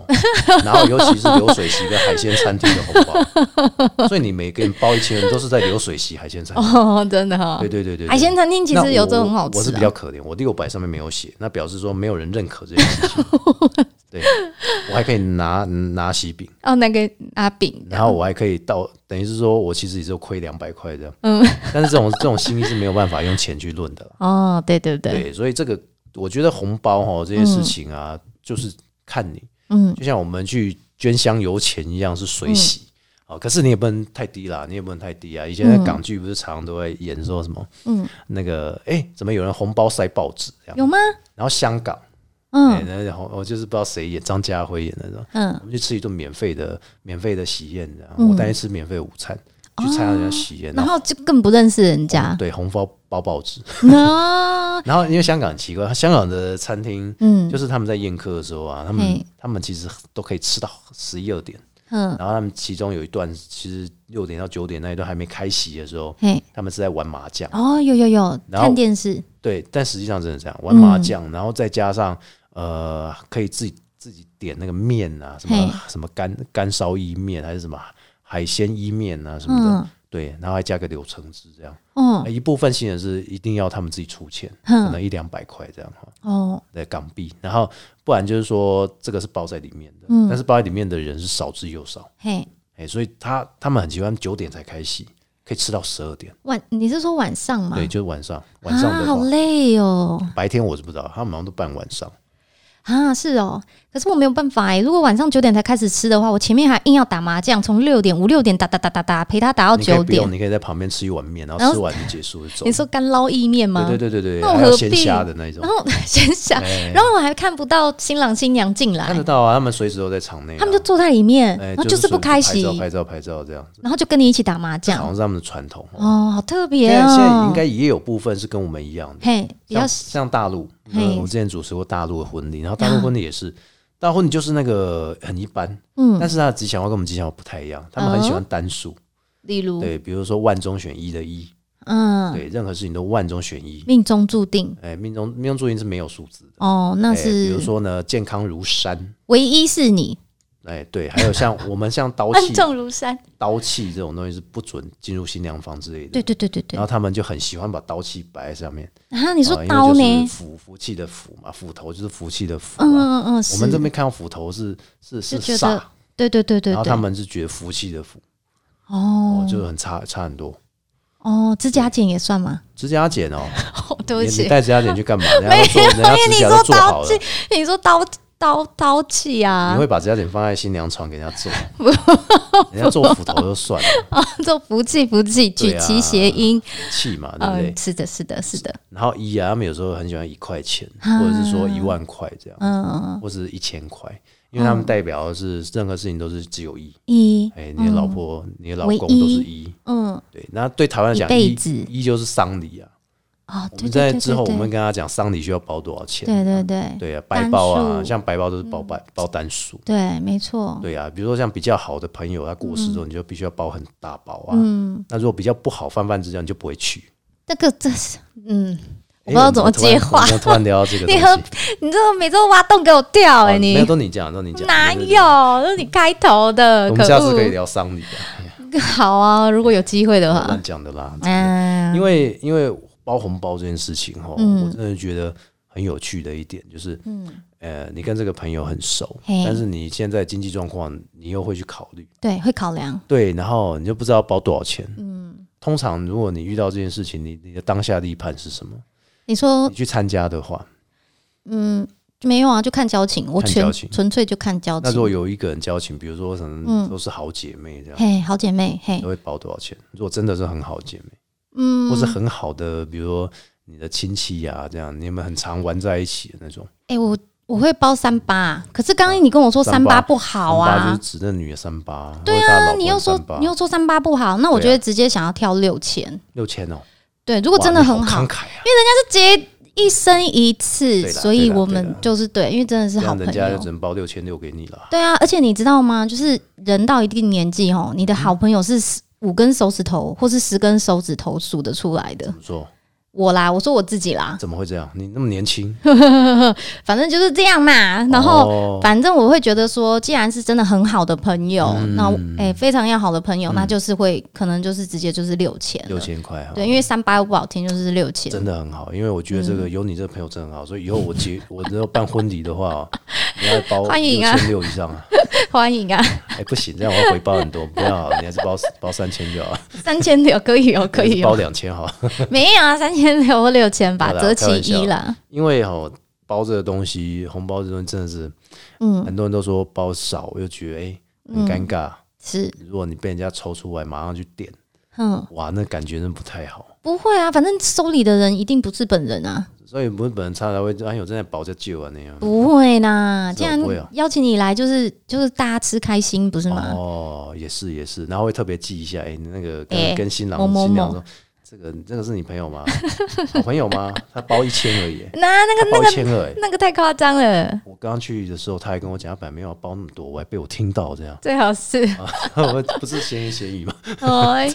Speaker 1: 然后尤其是流水席跟海鲜餐厅的红 包，所以你每个人包一千二都是在流水席海鲜餐厅，
Speaker 2: 哦，真的哈
Speaker 1: 对，对对对，对
Speaker 2: 海鲜餐厅其
Speaker 1: 那
Speaker 2: 实有
Speaker 1: 我
Speaker 2: 这种很好吃，啊
Speaker 1: 我是比较，可怜，我六百上面没有写，那表示说没有人认可这件事 情。对，我还可以拿拿喜饼，
Speaker 2: 哦，那个阿饼，
Speaker 1: 然后我还可以到，等于是说我其实也就亏两百块这样。
Speaker 2: 嗯，
Speaker 1: 但是这种这种心意是没有办法用钱去论的啦。
Speaker 2: 哦，对对对，
Speaker 1: 对，所以这个我觉得红包哈这件事情啊，就是看你，
Speaker 2: 嗯，
Speaker 1: 就像我们去捐香油钱一样是水洗。
Speaker 2: 嗯
Speaker 1: 哦，可是你也不能太低啦，你也不能太低啊！以前在港剧不是常常都会演说什么，嗯，那个哎、怎么有人红包塞报纸这样？
Speaker 2: 有吗？
Speaker 1: 然后香港，嗯，
Speaker 2: 嗯
Speaker 1: 然后我就是不知道谁演，张家辉演那种，
Speaker 2: 嗯
Speaker 1: 我，们去吃一顿免费的免费的喜宴，这样、我带你吃免费的午餐，去参加人家喜宴，
Speaker 2: 哦然后就更不认识人家
Speaker 1: 对红包包报纸，
Speaker 2: ，no，
Speaker 1: 然后因为香港很奇怪，香港的餐厅，
Speaker 2: 嗯
Speaker 1: 就是他们在宴客的时候啊，他们
Speaker 2: 嘿
Speaker 1: 他们其实都可以吃到十一二点，
Speaker 2: 嗯，
Speaker 1: 然后他们其中有一段其实六点到九点那一段还没开席的时候，
Speaker 2: 嘿，
Speaker 1: 他们是在玩麻将。
Speaker 2: 哦，有有有，
Speaker 1: 然后
Speaker 2: 看电视，
Speaker 1: 对，但实际上真的这样，玩麻
Speaker 2: 嗯
Speaker 1: 将，然后再加上呃，可以自己自己点那个面啊，什么
Speaker 2: 嘿
Speaker 1: 什么干干烧意面还是什么海鲜意面啊什么的，
Speaker 2: 嗯
Speaker 1: 对，然后还加个柳橙汁这样。哎
Speaker 2: 哦嗯
Speaker 1: 一部分新人是一定要他们自己出钱，可能
Speaker 2: 哼
Speaker 1: 一两百块这样哈，
Speaker 2: 哦，
Speaker 1: 在港币，然后不然就是说这个是包在里面的，
Speaker 2: 嗯
Speaker 1: 但是包在里面的人是少之又少，
Speaker 2: 嘿，
Speaker 1: 哎、所以他他们很喜欢九点才开戏，可以吃到十二点，
Speaker 2: 晚你是说晚上吗？
Speaker 1: 对，就是晚上晚上
Speaker 2: 啊，
Speaker 1: 的
Speaker 2: 好
Speaker 1: 话。
Speaker 2: 累哦，
Speaker 1: 白天我是不知道，他们好像都办晚上。
Speaker 2: 啊，是哦，可是我没有办法哎、如果晚上九点才开始吃的话，我前面还硬要打麻将，从六点五六点打打打打打，陪他打到
Speaker 1: 你可以
Speaker 2: 九
Speaker 1: 不用，
Speaker 2: 点。
Speaker 1: 你可以在旁边吃一碗面，然
Speaker 2: 然
Speaker 1: 后
Speaker 2: 后
Speaker 1: 吃完就结束就走。
Speaker 2: 你说干捞意面吗？
Speaker 1: 对对对对对，
Speaker 2: 那我
Speaker 1: 还有
Speaker 2: 何
Speaker 1: 鲜
Speaker 2: 必
Speaker 1: 虾的那一种
Speaker 2: 然，后先想，
Speaker 1: 哎
Speaker 2: 然后我还看不到新郎新娘进来
Speaker 1: 看，得到啊，他们随时都在场内啊。
Speaker 2: 他们就坐在里面，
Speaker 1: 哎
Speaker 2: 然后
Speaker 1: 就是
Speaker 2: 不开席，
Speaker 1: 随时拍照拍照拍照这样子，
Speaker 2: 然后就跟你一起打麻
Speaker 1: 好
Speaker 2: 将
Speaker 1: 像。是他们的传统哦。
Speaker 2: 哦，好特
Speaker 1: 现
Speaker 2: 别
Speaker 1: 在
Speaker 2: 哦。
Speaker 1: 现在应该也有部分是跟我们一样的，
Speaker 2: 嘿比较
Speaker 1: 像像大陆，
Speaker 2: 嘿啊
Speaker 1: 呃我之前主持过大陆的婚礼，然后大陆婚礼也是，大陆婚礼就是那个很一般，
Speaker 2: 嗯，啊
Speaker 1: 但是它的吉祥话跟我们吉祥话不太一样，他们很喜欢单数，
Speaker 2: 例如
Speaker 1: 对，比如说万中选一的一，
Speaker 2: 嗯，
Speaker 1: 对，任何事情都万中选一，
Speaker 2: 命中注定
Speaker 1: 哎，命中命中注定是没有数字的。
Speaker 2: 哦，那
Speaker 1: 哎
Speaker 2: 是
Speaker 1: 比如说呢，健康如山，
Speaker 2: 唯一是你，
Speaker 1: 哎，对，还有 像我们像刀
Speaker 2: 万
Speaker 1: 器、
Speaker 2: 众如山。
Speaker 1: 刀器这种东西是不准进入新娘房之类的。
Speaker 2: 对对对对对
Speaker 1: 然后。他们就很喜欢把刀器摆在上面。
Speaker 2: 啊，你
Speaker 1: 你
Speaker 2: 说刀
Speaker 1: 哦就是
Speaker 2: 呢？
Speaker 1: 福福气的福嘛，斧头就是福气的福、
Speaker 2: 嗯
Speaker 1: 啊。
Speaker 2: 嗯嗯，
Speaker 1: 我
Speaker 2: 是
Speaker 1: 们这边看到斧头是是是
Speaker 2: 就觉
Speaker 1: 煞
Speaker 2: 得，对对对对
Speaker 1: 然后他
Speaker 2: 对。
Speaker 1: 们是觉得福气的福，哦，
Speaker 2: 哦
Speaker 1: 就是很差差很多。
Speaker 2: 哦，指甲剪也算吗？
Speaker 1: 指甲剪哦，
Speaker 2: 哦，对
Speaker 1: 你
Speaker 2: 不
Speaker 1: 你
Speaker 2: 起，
Speaker 1: 带指甲剪去 干嘛？人家都做，人家指
Speaker 2: 你
Speaker 1: 甲都
Speaker 2: 说
Speaker 1: 做好
Speaker 2: 刀
Speaker 1: 了
Speaker 2: 器，，你说刀刀刀器
Speaker 1: 你
Speaker 2: 啊，
Speaker 1: 会把指甲剪放在新娘床给人家 做，人家做斧头就算了。
Speaker 2: 做福气福气，
Speaker 1: 对
Speaker 2: 取
Speaker 1: 啊
Speaker 2: 其谐音。
Speaker 1: 气嘛，对不对？
Speaker 2: 嗯，是的，是的，是的。
Speaker 1: 然后一啊，他们有时候很喜欢一块钱，
Speaker 2: 啊
Speaker 1: 或者是说一万块这样，
Speaker 2: 嗯嗯，嗯
Speaker 1: 或者是一千块，因为他们代表的是任何事情都是只有一。
Speaker 2: 一
Speaker 1: 哎，你的老婆、你的老
Speaker 2: 嗯唯
Speaker 1: 公都是
Speaker 2: 一
Speaker 1: 一。
Speaker 2: 嗯
Speaker 1: 对，那对台湾来讲，
Speaker 2: 一辈
Speaker 1: 一
Speaker 2: 子
Speaker 1: 一就是丧礼啊。
Speaker 2: 哦，
Speaker 1: 我
Speaker 2: 对
Speaker 1: 们
Speaker 2: 对
Speaker 1: 在
Speaker 2: 对
Speaker 1: 之后，我
Speaker 2: 对
Speaker 1: 们
Speaker 2: 对，
Speaker 1: 跟他讲丧礼需要包多少钱？
Speaker 2: 对对对
Speaker 1: 对啊，白包啊，
Speaker 2: 单数嗯
Speaker 1: 像白包都是包白包单数。
Speaker 2: 对，没错。
Speaker 1: 对啊，比如说像比较好的朋友，他过世之后，你就必须要包很大包啊。
Speaker 2: 嗯，
Speaker 1: 那如果比较不好，泛泛之交，你就不会去。
Speaker 2: 这个这是嗯，我不
Speaker 1: 哎
Speaker 2: 知道怎么接话
Speaker 1: 我们突然我们突然聊到这个东
Speaker 2: 你
Speaker 1: 西，
Speaker 2: 和你这每次都挖洞给我掉哎、
Speaker 1: 哦
Speaker 2: 你
Speaker 1: 没有都你讲，都你讲，
Speaker 2: 哪
Speaker 1: 对对对
Speaker 2: 有？都是你开头的，
Speaker 1: 我
Speaker 2: 可
Speaker 1: 们下次 可以
Speaker 2: 恶。
Speaker 1: 聊丧礼啊，
Speaker 2: 好啊，如果有机会的话，
Speaker 1: 乱讲的啦。
Speaker 2: 嗯，
Speaker 1: 因为因为包红包这件事情哈，
Speaker 2: 嗯
Speaker 1: 我真的觉得很有趣的一点就是，
Speaker 2: 嗯，
Speaker 1: 呃，你跟这个朋友很熟，
Speaker 2: 嘿
Speaker 1: 但是你现在经济状况，你又会去考虑，
Speaker 2: 对，会考量，
Speaker 1: 对，然后你就不知道包多少钱。
Speaker 2: 嗯，
Speaker 1: 通常如果你遇到这件事情，你你的当下立判是什么？
Speaker 2: 你说
Speaker 1: 你去参加的话，
Speaker 2: 嗯没有啊，就看交情，我
Speaker 1: 看
Speaker 2: 纯
Speaker 1: 交情
Speaker 2: 纯粹就看交
Speaker 1: 那如果
Speaker 2: 情。
Speaker 1: 有一个人交情，比如说可能
Speaker 2: 嗯
Speaker 1: 都是好姐妹这样，
Speaker 2: 嘿，好姐妹，嘿
Speaker 1: 你，会包多少钱？如果真的是很好姐妹，
Speaker 2: 嗯，
Speaker 1: 或是很好的，比如说你的亲戚呀、这样，你们很常玩在一起的那种。
Speaker 2: 哎、我我会包三八，啊可是刚刚你跟我说
Speaker 1: 三
Speaker 2: 三
Speaker 1: 八
Speaker 2: 八不好
Speaker 1: 三八
Speaker 2: 啊
Speaker 1: 就，是指那女的三八，
Speaker 2: 对
Speaker 1: 啊
Speaker 2: 那你又说你又说三八不好，那我就
Speaker 1: 对啊
Speaker 2: 会直接想要跳六千。
Speaker 1: 六千哦，
Speaker 2: 对，如
Speaker 1: 如
Speaker 2: 果真的很好，
Speaker 1: 慷
Speaker 2: 就
Speaker 1: 慨啊，因为
Speaker 2: 直接一生一次，
Speaker 1: 对啦
Speaker 2: 所
Speaker 1: 对
Speaker 2: 以
Speaker 1: 啦
Speaker 2: 我
Speaker 1: 对
Speaker 2: 们
Speaker 1: 啦
Speaker 2: 就是对，因为真的是
Speaker 1: 这
Speaker 2: 好
Speaker 1: 样
Speaker 2: 朋
Speaker 1: 人家就只
Speaker 2: 友。
Speaker 1: 能包六千六给你了。
Speaker 2: 对啊，而且你知道吗？就是人到一定年纪哦，你的
Speaker 1: 嗯
Speaker 2: 好朋友是十五根手指头或是十根手指头数得出来的
Speaker 1: 怎。么说？
Speaker 2: 我啦，我说我自己啦，
Speaker 1: 怎么会这样？你那么年轻，
Speaker 2: 反正就是这样嘛。 然后
Speaker 1: 哦
Speaker 2: 反正我会觉得说，既然是真的很好的朋友，
Speaker 1: 嗯
Speaker 2: 那哎、诶非常要好的朋友，
Speaker 1: 嗯
Speaker 2: 那就是会可能就是直接就是六千了，
Speaker 1: 六千块哈，
Speaker 2: 对，因为三八又不好听，就是六千。
Speaker 1: 真的很好，因为我觉得这
Speaker 2: 嗯
Speaker 1: 个有你这个朋友真的很好，所以以后我结 我只要办婚礼的话哦，你要包
Speaker 2: 欢
Speaker 1: 六
Speaker 2: 迎啊
Speaker 1: 千六以上啊，
Speaker 2: 欢迎啊，
Speaker 1: 哎不行，这样我要回报很多，不要，啊你还是包包三千就好了，
Speaker 2: 三千六可以 哦，可
Speaker 1: 还是
Speaker 2: 以
Speaker 1: 包
Speaker 2: 哦，
Speaker 1: 两千好了，
Speaker 2: 没有啊，三千六或六千吧
Speaker 1: 好，啦
Speaker 2: 折
Speaker 1: 开
Speaker 2: 其
Speaker 1: 玩笑
Speaker 2: 一啦。
Speaker 1: 因为哦包这个东西，红包这东西真的是
Speaker 2: 嗯，
Speaker 1: 很多人都说包少，我就觉得哎、很尴尬。
Speaker 2: 是，
Speaker 1: 如果你被人家抽出来，马上去点，
Speaker 2: 嗯，
Speaker 1: 哇，那感觉真不太好。
Speaker 2: 不会啊，反正收礼的人一定不是本人啊，
Speaker 1: 所以不是本人差才会，哎呦，真的保在救啊那样。
Speaker 2: 不会啦。既然
Speaker 1: 不会啊
Speaker 2: 邀请你来，就是就是大家吃开心，不是吗？
Speaker 1: 哦，也是也是，然后会特别记一下，哎、那个跟、
Speaker 2: 哎
Speaker 1: 跟新郎
Speaker 2: 某某
Speaker 1: 新娘
Speaker 2: 某
Speaker 1: 说，这个这个是你朋友吗？好朋友吗？他包一千而已、哎
Speaker 2: 那那
Speaker 1: 他
Speaker 2: 个
Speaker 1: 包
Speaker 2: 那
Speaker 1: 一
Speaker 2: 个
Speaker 1: 千二、哎
Speaker 2: 那个太夸张了，，
Speaker 1: 我刚刚去的时候，他还跟我讲，他本来没有要包那么多，我还被我听到这样
Speaker 2: 最好是。
Speaker 1: 我不是闲言闲语吗？
Speaker 2: 哎、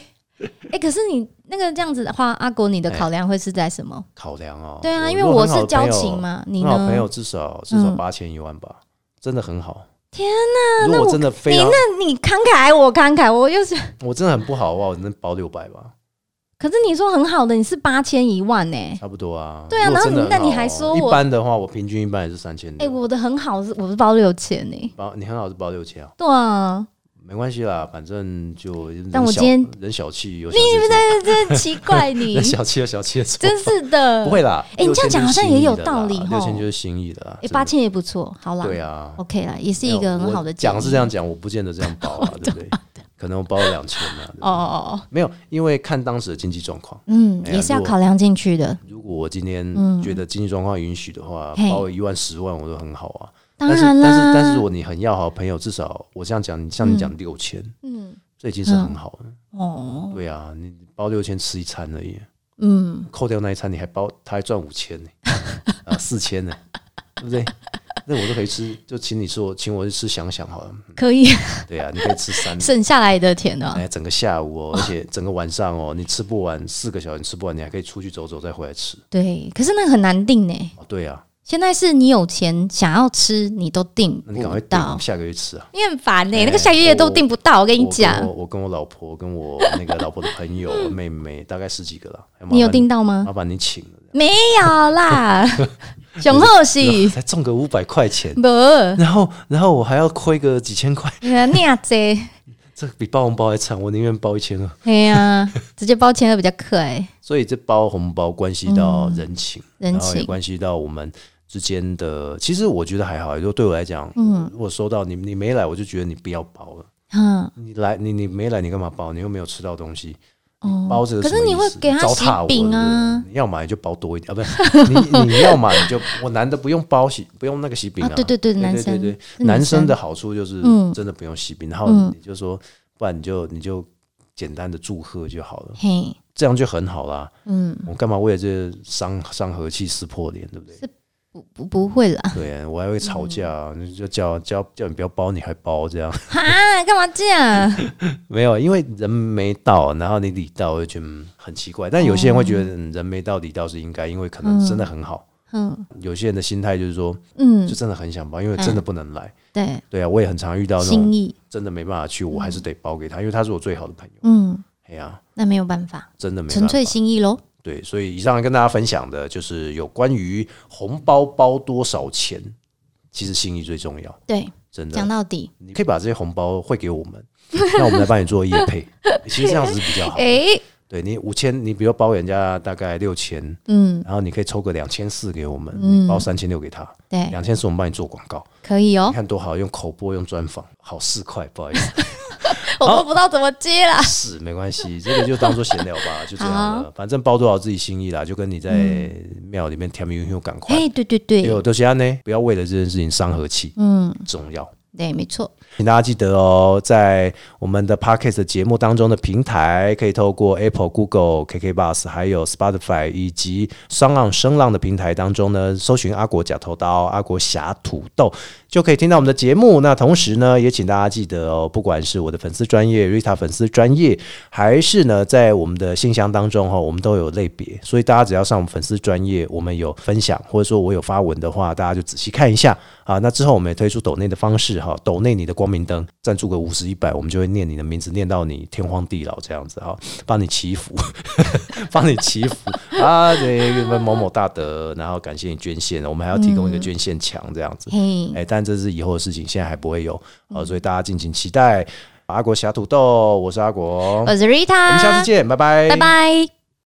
Speaker 2: 哎，可是你那个这样子的话，阿国，你的考量会是在什么？
Speaker 1: 考量哎哦，
Speaker 2: 对啊，因为
Speaker 1: 如果
Speaker 2: 我
Speaker 1: 很好
Speaker 2: 是
Speaker 1: 的朋
Speaker 2: 交
Speaker 1: 友
Speaker 2: 情，嘛，你
Speaker 1: 很好
Speaker 2: 呢？
Speaker 1: 朋友至少至少
Speaker 2: 嗯
Speaker 1: 八千一万吧，真的很好。
Speaker 2: 天
Speaker 1: 哪！如
Speaker 2: 那
Speaker 1: 果
Speaker 2: 我
Speaker 1: 真的非
Speaker 2: 你
Speaker 1: 常，
Speaker 2: 那你慷慨，我慷慨，我又是。
Speaker 1: 我真的很不好的话，我能包六百吧，
Speaker 2: 可是你说很好的，你是八千一万呢、
Speaker 1: 差不多啊。
Speaker 2: 对啊
Speaker 1: 如果
Speaker 2: 然后
Speaker 1: 真的很好
Speaker 2: 你那你还说
Speaker 1: 一
Speaker 2: 我
Speaker 1: 般的话，我平均一般也是三千
Speaker 2: 哎、
Speaker 1: 六。
Speaker 2: 我的很好是，我是包六千呢。
Speaker 1: 包你很好是包六千啊，
Speaker 2: 对啊，
Speaker 1: 没关系啦，反正就人
Speaker 2: 但我
Speaker 1: 小
Speaker 2: 今天
Speaker 1: 人小气有小气的时候，
Speaker 2: 但真的奇 怪你
Speaker 1: 人，小气有小气的时候，
Speaker 2: 真是的。
Speaker 1: 不会啊啦。
Speaker 2: 哎你这样讲好像也有道理
Speaker 1: 六千
Speaker 2: 吼
Speaker 1: 就是心意的啦，
Speaker 2: 哎，
Speaker 1: 真的
Speaker 2: 八千也不错，好啦。
Speaker 1: 对啊，
Speaker 2: OK 啦，也是
Speaker 1: 没
Speaker 2: 一
Speaker 1: 有
Speaker 2: 个很
Speaker 1: 我
Speaker 2: 好的建议
Speaker 1: 讲是这样。讲，我不见得这样 包啊，对不对？可能我包了两千啊。对不对
Speaker 2: 哦哦哦，
Speaker 1: 没有，因为看当时的经济状况。
Speaker 2: 嗯，
Speaker 1: 哎呀
Speaker 2: 也是要
Speaker 1: 如果
Speaker 2: 考量进去的。
Speaker 1: 如果我今天
Speaker 2: 嗯
Speaker 1: 觉得经济状况允许的话，
Speaker 2: 嘿
Speaker 1: 包一万、十万我都很好啊。
Speaker 2: 当
Speaker 1: 但是
Speaker 2: 然啦，
Speaker 1: 但是但是，如果你很要好的朋友，至少我这样讲，像你讲六千，
Speaker 2: 嗯，
Speaker 1: 这已经是很好了。
Speaker 2: 哦，
Speaker 1: 对啊，你包六千吃一餐而已，
Speaker 2: 嗯，
Speaker 1: 扣掉那一餐你还包，他还赚五千 呢，啊四千呢，对不对？那我都可以吃，就请你说，请我去吃想想好了。
Speaker 2: 可以
Speaker 1: 对啊，你可以吃三
Speaker 2: 省下来的钱呢、
Speaker 1: 哎，整个下午哦，而且整个晚上哦，你吃不完四个小时你吃不完，你还可以出去走走再回来吃。
Speaker 2: 对，可是那个很难定呢、
Speaker 1: 哦，对啊，
Speaker 2: 现在是你有钱想要吃，你都订
Speaker 1: 那你赶
Speaker 2: 不
Speaker 1: 快订
Speaker 2: 到，
Speaker 1: 下个月吃啊！
Speaker 2: 你很烦呢、
Speaker 1: 哎
Speaker 2: 那个下个月都
Speaker 1: 我
Speaker 2: 订不到，我跟你
Speaker 1: 我跟我
Speaker 2: 讲，
Speaker 1: 我跟我老婆，跟我那个老婆的朋 友、妹妹，大概十几个了。还麻烦
Speaker 2: 你有订？到吗？
Speaker 1: 麻烦你请了，
Speaker 2: 没 有啦，雄厚
Speaker 1: 然后
Speaker 2: 喜
Speaker 1: 才中个五百块钱，
Speaker 2: 不，
Speaker 1: 然后然后我还要亏个几千块，
Speaker 2: 你那样子，
Speaker 1: 这比包红包还惨，我宁愿包一千二。
Speaker 2: 哎 呀，直接包钱的比较可爱。
Speaker 1: 所以这包红包关系到人情，
Speaker 2: 嗯人
Speaker 1: 然后也
Speaker 2: 情
Speaker 1: 关系到我们之间的。其实我觉得还好，就对我来讲，
Speaker 2: 嗯
Speaker 1: 如果收到你你没来，我就觉得你不要包了。
Speaker 2: 嗯，
Speaker 1: 你来你你没来，你干嘛包？你又没有吃到东西，
Speaker 2: 哦
Speaker 1: 包这个
Speaker 2: 可
Speaker 1: 什么意思
Speaker 2: 是你会给他
Speaker 1: 糟
Speaker 2: 喜
Speaker 1: 蹋我
Speaker 2: 饼啊
Speaker 1: 对不对你要买就包多一点啊，不是你你 要买你就我男的不用包喜不用那个喜饼
Speaker 2: 啊，对对对，
Speaker 1: 对
Speaker 2: 男
Speaker 1: 对对
Speaker 2: 生
Speaker 1: 对，
Speaker 2: 嗯是男
Speaker 1: 男
Speaker 2: 生
Speaker 1: 生的好处就是
Speaker 2: 嗯
Speaker 1: 真的不用喜饼，然后
Speaker 2: 嗯
Speaker 1: 你就说，不然你就你就简单的祝贺就好了，
Speaker 2: 嘿，
Speaker 1: 这样就很好啦。
Speaker 2: 嗯，
Speaker 1: 我干嘛为了这伤伤和气撕破脸，对 不对？
Speaker 2: 不不不会啦，
Speaker 1: 对我还会吵架啊，
Speaker 2: 嗯
Speaker 1: 那就叫叫叫你不要包，你还包这样，
Speaker 2: 哈，干嘛这样？
Speaker 1: 没有，因为人没到，然后你礼到，我就觉得嗯很奇怪。但有些人会觉
Speaker 2: 哦
Speaker 1: 得嗯人没到礼到是应该，因为可能真的很好。
Speaker 2: 嗯
Speaker 1: 有些人的心态就是说，
Speaker 2: 嗯
Speaker 1: 就，真的很想包，因为真的不能来。
Speaker 2: 对，
Speaker 1: 对啊，我也很常遇到那
Speaker 2: 心
Speaker 1: 种
Speaker 2: 意，
Speaker 1: 真的没办法去，我还是得包给他，因为他是我最好的朋友。
Speaker 2: 嗯，
Speaker 1: 哎呀，
Speaker 2: 那没有办法，
Speaker 1: 真的没办
Speaker 2: 纯
Speaker 1: 法，
Speaker 2: 粹心意喽。
Speaker 1: 对，所以以上跟大家分享的就是有关于红包包多少钱，其实心意最重要，
Speaker 2: 对，
Speaker 1: 真的
Speaker 2: 讲。到底，
Speaker 1: 你可以把这些红包汇给我们，那我们来帮你做业 配，其实这样子是比较好。
Speaker 2: 诶，
Speaker 1: 对你五千，你比如包人家大概六千，
Speaker 2: 嗯，
Speaker 1: 然后你可以抽个两千四给我们，
Speaker 2: 嗯哎
Speaker 1: 你包三千六给他，
Speaker 2: 对，
Speaker 1: 两千四我们帮你做广告，
Speaker 2: 可以
Speaker 1: 你
Speaker 2: 哦，
Speaker 1: 看多好，用口播用专访，好四块，不好意思，
Speaker 2: 我都不知道怎么接啦。
Speaker 1: 是没关系，这个就当做闲聊吧，就这样了，反正包多少自己心意啦，就跟你在庙里面跳咪咪赶快，
Speaker 2: 哎，对对
Speaker 1: 有
Speaker 2: 对，
Speaker 1: 都是安呢，不要为了这件事情伤和气，
Speaker 2: 嗯，
Speaker 1: 重要。
Speaker 2: 对，没错，
Speaker 1: 请大家记得哦，在我们的 Podcast 的节目当中的平台，可以透过 Apple、Google、KK Bus，还有 Spotify 以及商浪声浪的平台当中呢，搜寻阿国假头刀、阿国侠土豆，就可以听到我们的节目。那同时呢，也请大家记得哦，不管是我的粉丝专业 Rita 粉丝专业，还是呢在我们的信箱当中哈、哦，我们都有类别，所以大家只要上我们粉丝专业，我们有分享或者说我有发文的话，大家就仔细看一下。啊，那之后我们也推出抖内的方式哈，抖内你的光明灯，赞助个五十一百，我们就会念你的名字，念到你天荒地老这样子哈，帮你祈福， 帮你祈福啊，这个某某大德，然后感谢你捐献，我们还要提供一个捐献墙这样子，
Speaker 2: 嘿
Speaker 1: 哎、，但这是以后的事情，现在还不会有，呃，所以大家敬请期待。阿国侠土豆，我是阿国，我
Speaker 2: 我是 Rita，
Speaker 1: 们下次见，拜拜，
Speaker 2: 拜拜。